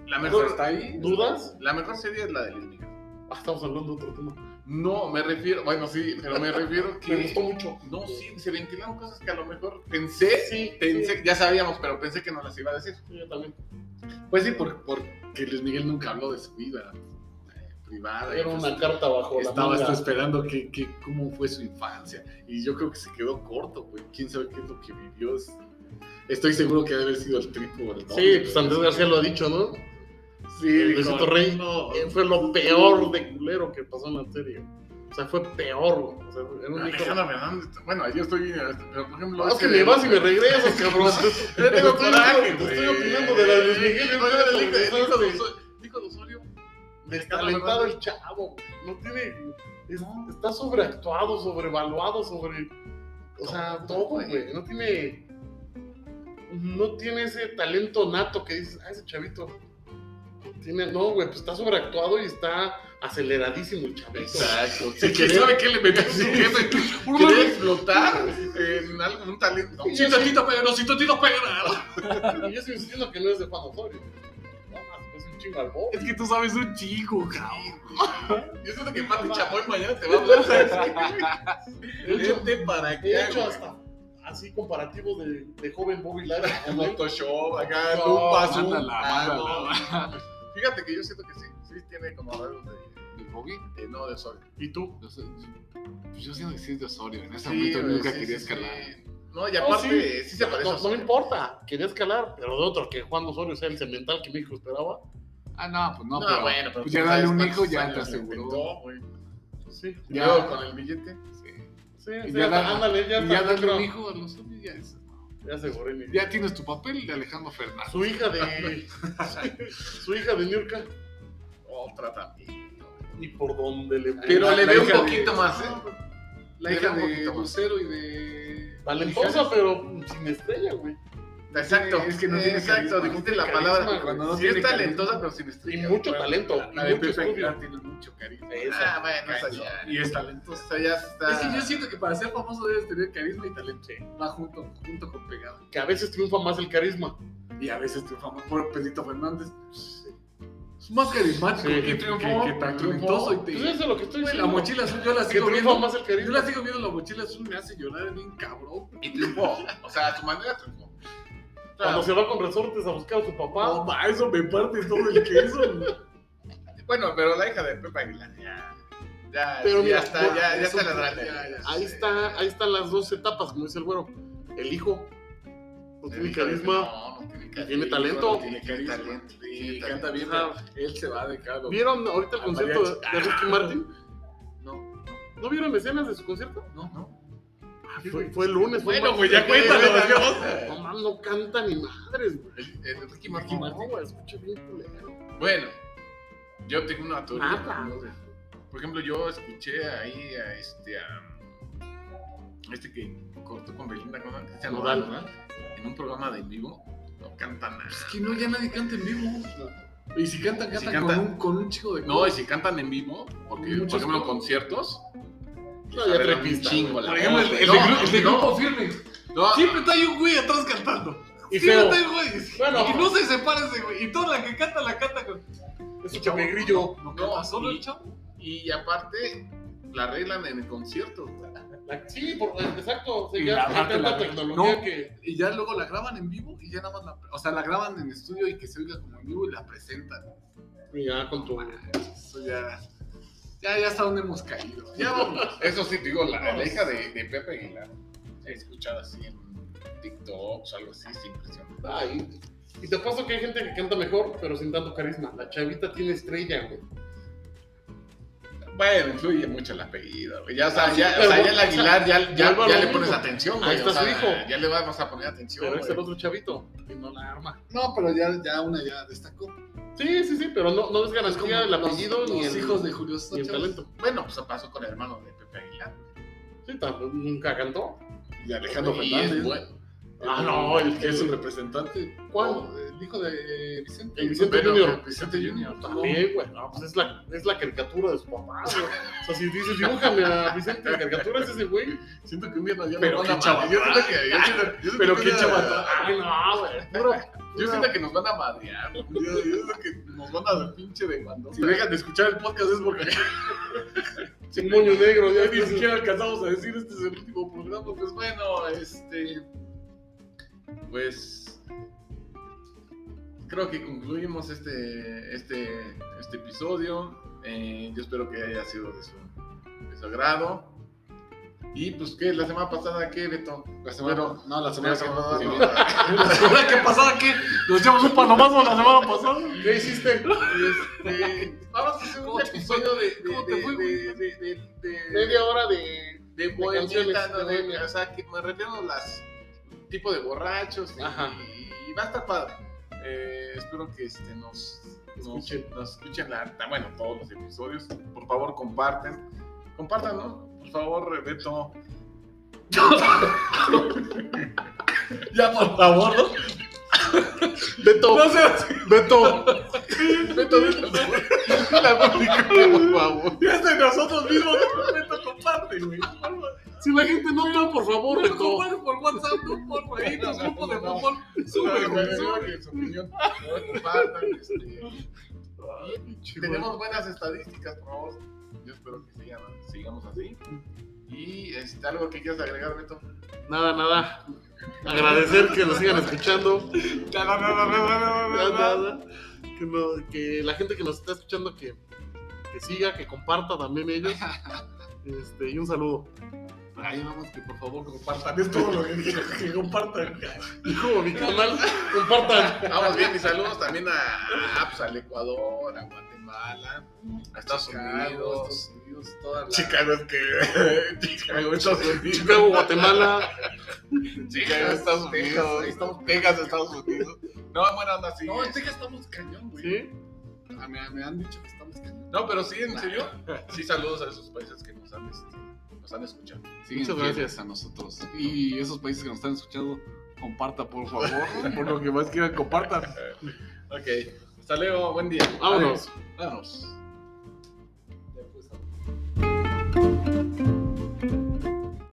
[SPEAKER 1] La
[SPEAKER 3] Pero
[SPEAKER 1] mejor,
[SPEAKER 3] está ahí.
[SPEAKER 2] ¿Dudas?
[SPEAKER 1] la mejor serie es la de Luis Miguel.
[SPEAKER 2] Ah, estamos hablando de otro tema.
[SPEAKER 1] No, me refiero, bueno, sí, pero me [LAUGHS] refiero
[SPEAKER 2] Me gustó
[SPEAKER 1] que.
[SPEAKER 2] mucho.
[SPEAKER 1] No, sí, se ventilaron cosas que a lo mejor pensé,
[SPEAKER 2] Sí,
[SPEAKER 1] pensé, ya sabíamos, pero pensé que no las iba a decir.
[SPEAKER 2] sí, yo también.
[SPEAKER 4] Pues sí, por, porque Luis Miguel nunca habló de su vida eh, privada. y
[SPEAKER 2] Era
[SPEAKER 4] pues,
[SPEAKER 2] una carta bajo la
[SPEAKER 4] estaba hasta
[SPEAKER 2] manga.
[SPEAKER 3] este
[SPEAKER 4] esperando que, que, cómo fue su infancia. Y yo creo que se quedó corto, güey. Quién sabe qué es lo que vivió. Es- Estoy seguro que debe haber sido el triple o el
[SPEAKER 2] Sí,
[SPEAKER 4] doble,
[SPEAKER 2] pues
[SPEAKER 4] güey.
[SPEAKER 2] Andrés García lo ha dicho, ¿no?
[SPEAKER 4] Sí,
[SPEAKER 2] El
[SPEAKER 4] dijo,
[SPEAKER 2] Luisito Rey
[SPEAKER 4] no,
[SPEAKER 2] Eh, Fue lo peor de culero que pasó en la serie. O sea, fue peor, güey. O sea, era un hijo-
[SPEAKER 1] Alejandra Fernández, bueno, yo estoy, pero por ejemplo.
[SPEAKER 2] No, es que
[SPEAKER 1] le
[SPEAKER 2] me vas y me regresas, cabrón. Te
[SPEAKER 1] Yo tengo
[SPEAKER 2] estoy-
[SPEAKER 1] coraje,
[SPEAKER 2] te
[SPEAKER 1] güey.
[SPEAKER 2] estoy opinando de la de Luis Miguel.
[SPEAKER 1] No, yo del hijo- del hijo de Osorio- del hijo de [LAUGHS] Osorio.
[SPEAKER 2] Destalentado el chavo. güey. No tiene. es- está sobreactuado, sobrevaluado, sobre. O sea, todo, güey. No tiene. No tiene ese talento nato que dices, ah, ese chavito. Tiene, no, güey, pues está sobreactuado y está aceleradísimo el chavito.
[SPEAKER 1] Exacto. Sí,
[SPEAKER 4] ¿Quién
[SPEAKER 1] ¿Quién
[SPEAKER 4] sabe
[SPEAKER 1] sabe qué le metió su jefe? Quería explotar en algún talento.
[SPEAKER 2] Sí, Totito
[SPEAKER 1] pero sí, Totito pero.
[SPEAKER 2] Y yo estoy insistiendo que no es de Juan Osorio. No, más, es un chingo al bobo.
[SPEAKER 4] Es que tú sabes un chico, cabrón.
[SPEAKER 1] Yo siento que Pati Chamoy mañana te va [LAUGHS] a hablar. Vente para acá.
[SPEAKER 2] He hecho
[SPEAKER 1] güey.
[SPEAKER 2] hasta así comparativos de, de joven Bobby Lara.
[SPEAKER 1] Un [LAUGHS] Photoshop acá,
[SPEAKER 2] No,
[SPEAKER 1] un paso. un
[SPEAKER 4] mándala,
[SPEAKER 1] palo.
[SPEAKER 4] mándala.
[SPEAKER 1] Fíjate que yo siento que sí. Sí, tiene como algo de.
[SPEAKER 4] ¿De Bogey?
[SPEAKER 1] de no, de Osorio.
[SPEAKER 2] ¿Y tú?
[SPEAKER 4] Yo sé- Pues yo siento que sí es de Osorio. En ese
[SPEAKER 1] Sí,
[SPEAKER 4] momento
[SPEAKER 1] güey,
[SPEAKER 4] nunca
[SPEAKER 1] sí,
[SPEAKER 4] quería
[SPEAKER 1] sí,
[SPEAKER 4] escalar.
[SPEAKER 1] sí. No, y
[SPEAKER 2] No,
[SPEAKER 1] aparte,
[SPEAKER 2] Oh, sí.
[SPEAKER 1] sí, se parece. a
[SPEAKER 2] No, no me
[SPEAKER 1] Osorio.
[SPEAKER 2] importa, quería escalar, pero de otro que Juan Osorio sea el cemental que México esperaba.
[SPEAKER 4] Ah, no, pues no,
[SPEAKER 1] No,
[SPEAKER 4] pero,
[SPEAKER 1] bueno, pero
[SPEAKER 4] pues
[SPEAKER 1] tú
[SPEAKER 4] ya
[SPEAKER 1] sabes
[SPEAKER 4] dale un
[SPEAKER 1] cuántos
[SPEAKER 4] hijo, ya
[SPEAKER 1] años
[SPEAKER 4] te
[SPEAKER 1] le
[SPEAKER 4] aseguró.
[SPEAKER 1] inventó, güey.
[SPEAKER 2] Sí,
[SPEAKER 1] Y
[SPEAKER 4] Ya.
[SPEAKER 1] luego con el billete.
[SPEAKER 4] Sí.
[SPEAKER 2] sí,
[SPEAKER 3] [LAUGHS]
[SPEAKER 4] Y
[SPEAKER 2] sí,
[SPEAKER 4] ya
[SPEAKER 2] hasta-
[SPEAKER 4] da-
[SPEAKER 2] ándale, ya
[SPEAKER 4] Y
[SPEAKER 2] está,
[SPEAKER 4] ya dale
[SPEAKER 2] creo.
[SPEAKER 4] un hijo a los hombres, ya es-
[SPEAKER 2] Ya aseguré mi
[SPEAKER 4] Ya tienes tu papel de Alejandro Fernández.
[SPEAKER 2] Su hija de.
[SPEAKER 3] [LAUGHS]
[SPEAKER 2] su hija de Niurka.
[SPEAKER 1] Otra también.
[SPEAKER 2] Ni por dónde le
[SPEAKER 3] Pero
[SPEAKER 1] La-
[SPEAKER 3] le
[SPEAKER 1] la
[SPEAKER 3] veo un
[SPEAKER 1] hija de-
[SPEAKER 3] poquito más,
[SPEAKER 1] No,
[SPEAKER 3] ¿eh? La
[SPEAKER 1] le
[SPEAKER 3] hija
[SPEAKER 1] veo un
[SPEAKER 3] de
[SPEAKER 1] poquito más.
[SPEAKER 3] Lucero y de.
[SPEAKER 2] Talentosa, pero sin estrella, güey.
[SPEAKER 1] Exacto.
[SPEAKER 3] Es que no tiene
[SPEAKER 1] Exacto,
[SPEAKER 3] carisma.
[SPEAKER 1] dijiste la
[SPEAKER 2] Carisma,
[SPEAKER 1] palabra.
[SPEAKER 3] cuando no
[SPEAKER 1] sí
[SPEAKER 3] tiene
[SPEAKER 1] es
[SPEAKER 3] carisma.
[SPEAKER 1] talentosa, pero sin
[SPEAKER 2] Y
[SPEAKER 1] estrella.
[SPEAKER 2] mucho
[SPEAKER 1] Bueno,
[SPEAKER 2] talento.
[SPEAKER 3] La
[SPEAKER 2] y
[SPEAKER 3] de
[SPEAKER 2] mucho
[SPEAKER 3] Pepe
[SPEAKER 2] estudio.
[SPEAKER 3] Aguilar tiene mucho carisma.
[SPEAKER 2] Esa.
[SPEAKER 1] Ah, bueno, esa
[SPEAKER 3] Carisma.
[SPEAKER 1] ya.
[SPEAKER 3] Y es talento.
[SPEAKER 1] Esa ya está.
[SPEAKER 3] Es que yo siento que para ser famoso debes tener carisma y talento.
[SPEAKER 2] Sí.
[SPEAKER 3] Va junto, junto con pegado.
[SPEAKER 2] Que a veces triunfa más el carisma.
[SPEAKER 3] Y a veces triunfamos por Pedrito Fernández. Es más carismático.
[SPEAKER 2] Sí,
[SPEAKER 3] que triunfó.
[SPEAKER 4] que-
[SPEAKER 3] Que,
[SPEAKER 4] que
[SPEAKER 3] tan
[SPEAKER 4] tan
[SPEAKER 3] talentoso. Y te-
[SPEAKER 2] Pues eso es lo que estoy
[SPEAKER 3] Güey,
[SPEAKER 2] diciendo.
[SPEAKER 3] la mochila azul yo la
[SPEAKER 2] que
[SPEAKER 3] sigo
[SPEAKER 2] triunfa
[SPEAKER 3] viendo.
[SPEAKER 2] más el
[SPEAKER 3] Yo
[SPEAKER 2] carisma.
[SPEAKER 3] la sigo viendo, la mochila azul me hace llorar bien cabrón.
[SPEAKER 1] Y triunfó. O sea, a su manera triunfó. O sea,
[SPEAKER 2] Cuando se va con resortes a buscar a su papá.
[SPEAKER 3] No, ma, eso me parte todo el queso.
[SPEAKER 1] Bueno, pero la hija de Pepe Aguilar, ya. Ya,
[SPEAKER 2] Pero
[SPEAKER 1] ya
[SPEAKER 2] mira,
[SPEAKER 1] está,
[SPEAKER 2] bueno,
[SPEAKER 1] ya, ya
[SPEAKER 2] es un-
[SPEAKER 1] está la draga.
[SPEAKER 2] ahí, está, ahí están las dos etapas, como dice el güero. El hijo. No tiene carisma.
[SPEAKER 1] No, no tiene
[SPEAKER 2] tiene
[SPEAKER 1] carisma.
[SPEAKER 2] talento.
[SPEAKER 1] No tiene carisma.
[SPEAKER 3] Talento,
[SPEAKER 1] tiene
[SPEAKER 3] Y
[SPEAKER 1] talento.
[SPEAKER 3] canta bien, pero él se va de cada
[SPEAKER 2] ¿Vieron ahorita el
[SPEAKER 3] Al
[SPEAKER 2] concierto de de Ricky Martin?
[SPEAKER 3] No,
[SPEAKER 2] ¿No vieron escenas de su concierto?
[SPEAKER 3] no, no.
[SPEAKER 2] Fue, fue el lunes. fue
[SPEAKER 1] Bueno,
[SPEAKER 2] un
[SPEAKER 1] güey, ya
[SPEAKER 2] martes.
[SPEAKER 1] cuéntalo.
[SPEAKER 2] No,
[SPEAKER 1] ya.
[SPEAKER 2] No mames, no canta ni madres, güey.
[SPEAKER 1] Eh, Ricky
[SPEAKER 2] No,
[SPEAKER 1] Martin.
[SPEAKER 2] güey, escucha bien culero.
[SPEAKER 1] Bueno, yo tengo una teoría.
[SPEAKER 2] Nada.
[SPEAKER 1] Por ejemplo, yo escuché ahí a este a este que cortó con Belinda, ¿cómo se llama? Cristian
[SPEAKER 2] Nodal.
[SPEAKER 1] Nodal, ¿verdad? En un programa de en vivo, no canta nada.
[SPEAKER 3] Es que no, ya nadie canta en vivo. Y si cantan,
[SPEAKER 1] Y si
[SPEAKER 3] cantan
[SPEAKER 1] canta-
[SPEAKER 3] con, un, con un chico de
[SPEAKER 1] No, y si cantan en vivo, porque
[SPEAKER 3] Muchos
[SPEAKER 1] por ejemplo
[SPEAKER 3] no.
[SPEAKER 1] conciertos,
[SPEAKER 2] No, ya trae
[SPEAKER 1] arreglan un
[SPEAKER 2] pista.
[SPEAKER 1] chingo
[SPEAKER 2] güey.
[SPEAKER 1] la
[SPEAKER 3] Por ejemplo, el, el de,
[SPEAKER 1] No,
[SPEAKER 3] gru- el de
[SPEAKER 1] no.
[SPEAKER 3] grupo firme.
[SPEAKER 1] no,
[SPEAKER 3] Siempre está ahí un güey atrás cantando.
[SPEAKER 2] Y
[SPEAKER 3] Siempre
[SPEAKER 2] feo.
[SPEAKER 3] está ahí un güey.
[SPEAKER 2] Bueno.
[SPEAKER 3] Y no se separa ese güey. Y toda la que canta, la canta con.
[SPEAKER 2] Escúchame, grillo.
[SPEAKER 3] No,
[SPEAKER 1] No,
[SPEAKER 3] canta solo
[SPEAKER 1] y-
[SPEAKER 3] el chavo.
[SPEAKER 1] y aparte la arreglan en conciertos.
[SPEAKER 2] La- sí, por- exacto. sí,
[SPEAKER 4] Y
[SPEAKER 2] ya
[SPEAKER 4] la
[SPEAKER 2] hay
[SPEAKER 4] parte
[SPEAKER 2] tanta
[SPEAKER 4] la-
[SPEAKER 2] tecnología
[SPEAKER 3] no.
[SPEAKER 2] que.
[SPEAKER 3] Y ya luego la graban en vivo y ya nada más la. O sea, la graban en estudio y que se oiga como en vivo y la presentan.
[SPEAKER 2] Mira, con tu.
[SPEAKER 3] Eso ya. Ya, ya hasta dónde hemos caído. Ya vamos.
[SPEAKER 1] Eso sí, digo, la, la hija de, de Pepe Aguilar, he escuchado así en TikTok o algo así, es impresionante.
[SPEAKER 2] Ay, Y te apuesto que hay gente que canta mejor, pero sin tanto carisma. La chavita tiene estrella, güey.
[SPEAKER 1] Bueno, influye mucho el apellido, güey. Ya, o sea,
[SPEAKER 2] Ah, sí,
[SPEAKER 1] ya,
[SPEAKER 2] pero
[SPEAKER 1] o sea,
[SPEAKER 2] bueno,
[SPEAKER 1] ya el
[SPEAKER 2] o sea,
[SPEAKER 1] Aguilar, ya, ya,
[SPEAKER 2] vuelvo a
[SPEAKER 1] ya
[SPEAKER 2] lo
[SPEAKER 1] le pones
[SPEAKER 2] mismo.
[SPEAKER 1] atención,
[SPEAKER 2] Ahí
[SPEAKER 1] güey.
[SPEAKER 2] está
[SPEAKER 1] o sea,
[SPEAKER 2] su hijo.
[SPEAKER 1] Ya le vas a poner atención,
[SPEAKER 2] Pero es el
[SPEAKER 1] güey.
[SPEAKER 2] otro chavito y no la arma.
[SPEAKER 3] No, pero ya, ya una ya destacó.
[SPEAKER 2] Sí, sí, sí, pero no, no es
[SPEAKER 3] Es
[SPEAKER 2] garantía el
[SPEAKER 3] los-
[SPEAKER 2] apellido ni
[SPEAKER 3] los
[SPEAKER 2] el,
[SPEAKER 3] hijos de Julio
[SPEAKER 2] ni el
[SPEAKER 3] Socha. [LAUGHS]
[SPEAKER 2] talento.
[SPEAKER 1] Bueno, pues pasó con el hermano de Pepe Aguilar.
[SPEAKER 2] Sí, tampoco, nunca cantó.
[SPEAKER 3] Y Alejandro
[SPEAKER 1] Y
[SPEAKER 3] Fernández.
[SPEAKER 1] es bueno. Oh,
[SPEAKER 2] Ah, no, el que
[SPEAKER 3] que es
[SPEAKER 2] es
[SPEAKER 3] un representante.
[SPEAKER 2] ¿Cuál?
[SPEAKER 3] No, el hijo de eh, Vicente.
[SPEAKER 2] El Vicente
[SPEAKER 1] Bueno,
[SPEAKER 2] Junior.
[SPEAKER 1] Vicente Junior.
[SPEAKER 2] También, güey. No, pues es la, es la caricatura de su papá, güey. O sea, si dices, dibújame a Vicente, la caricatura es ese güey.
[SPEAKER 1] Siento que un día nos
[SPEAKER 2] Pero
[SPEAKER 1] van
[SPEAKER 2] qué
[SPEAKER 1] a
[SPEAKER 2] chaval.
[SPEAKER 1] madrear. Yo siento que- yo siento- yo siento
[SPEAKER 2] Pero
[SPEAKER 1] que
[SPEAKER 2] qué
[SPEAKER 1] una-
[SPEAKER 2] chaval. Ay, no, güey. puro-
[SPEAKER 1] Yo
[SPEAKER 2] pura-
[SPEAKER 1] siento que nos van a madrear. Yo, yo siento que nos van a dar pinche de cuando.
[SPEAKER 3] Si dejan de escuchar el podcast es porque
[SPEAKER 2] sin moño negro,
[SPEAKER 1] Ya
[SPEAKER 2] ya
[SPEAKER 1] ni
[SPEAKER 2] dices.
[SPEAKER 1] siquiera alcanzamos a decir este es el último programa. Pues bueno, este. Pues. Creo que concluimos este, este, este episodio. Eh, yo espero que haya sido de su, de su agrado. Y pues, ¿qué? La semana pasada, ¿qué, Beto?
[SPEAKER 3] la semana
[SPEAKER 1] Pero-
[SPEAKER 3] no, la semana
[SPEAKER 1] la
[SPEAKER 3] que
[SPEAKER 1] semana
[SPEAKER 3] pasada.
[SPEAKER 1] pasada.
[SPEAKER 3] no.
[SPEAKER 1] ¿La semana que pasada qué? ¿Nos llevamos un palomazo la semana pasada?
[SPEAKER 2] ¿Qué hiciste?
[SPEAKER 1] Este, vamos a hacer un episodio de, de,
[SPEAKER 2] cómo te fue,
[SPEAKER 1] de, de, de, de- de-
[SPEAKER 2] Media hora de.
[SPEAKER 1] de bohemita,
[SPEAKER 2] canciones,
[SPEAKER 1] ¿no?
[SPEAKER 2] de
[SPEAKER 1] De-
[SPEAKER 2] bohemia.
[SPEAKER 1] o sea, que me refiero a las tipo de borrachos y,
[SPEAKER 2] Ajá.
[SPEAKER 1] y va a estar padre. Eh, espero que este, nos, nos-
[SPEAKER 2] Escuchen.
[SPEAKER 1] nos escuchen la- la- bueno, todos los episodios. Por favor, comparten. Compartan, ¿no? Por favor, Beto.
[SPEAKER 3] Ya, por favor, ¿no?
[SPEAKER 2] Beto,
[SPEAKER 1] No seas
[SPEAKER 2] Beto,
[SPEAKER 1] Beto, Beto. La película, por favor. Ya es de nosotros mismos. Beto, comparte, güey.
[SPEAKER 2] si la gente no está, por favor, Beto.
[SPEAKER 1] Comparte por WhatsApp, no por ahí, los grupos de fútbol. Sube, güey, sube. Compartan, este. Tenemos buenas estadísticas, por favor. Yo espero que sigan, sigamos así. Y este, algo que quieras agregar, Beto.
[SPEAKER 2] Nada, nada. Agradecer que nos sigan escuchando. Nada, nada. Que, no- que la gente que nos está escuchando que, que siga, que comparta
[SPEAKER 1] [LAUGHS]
[SPEAKER 2] también ellos. Este, y un saludo.
[SPEAKER 1] Ahí vamos, que por favor compartan. Es todo lo que dije, que compartan.
[SPEAKER 2] Y como mi canal,
[SPEAKER 1] [LAUGHS]
[SPEAKER 2] compartan.
[SPEAKER 1] Vamos bien, mis saludos también a, a, pues, al Ecuador, a Guatemala, a Estados
[SPEAKER 3] Chicago,
[SPEAKER 1] Unidos.
[SPEAKER 3] [LAUGHS] Estados Unidos, toda la...
[SPEAKER 1] Chicago es que. [LAUGHS] Chicago, Estados Unidos.
[SPEAKER 2] Chicago, Guatemala.
[SPEAKER 1] [LAUGHS] Chicago, Estados Unidos. Estamos Texas, Estados Unidos. No, bueno, anda así.
[SPEAKER 3] [LAUGHS] No, este- en Texas estamos cañón, güey.
[SPEAKER 2] ¿Sí?
[SPEAKER 3] Ah, Me, me han dicho que estamos cañón.
[SPEAKER 1] No, pero sí, en [LAUGHS] serio. Sí, saludos a esos países que nos han, este, nos han escuchado.
[SPEAKER 4] Siguen
[SPEAKER 2] Muchas
[SPEAKER 4] fieles
[SPEAKER 2] gracias.
[SPEAKER 4] a nosotros. Y esos países que nos están escuchando, comparta, por favor.
[SPEAKER 3] [LAUGHS]
[SPEAKER 4] por lo que más quieran, compartan.
[SPEAKER 1] Ok. Hasta luego. Buen día.
[SPEAKER 2] Vámonos.
[SPEAKER 1] Vámonos.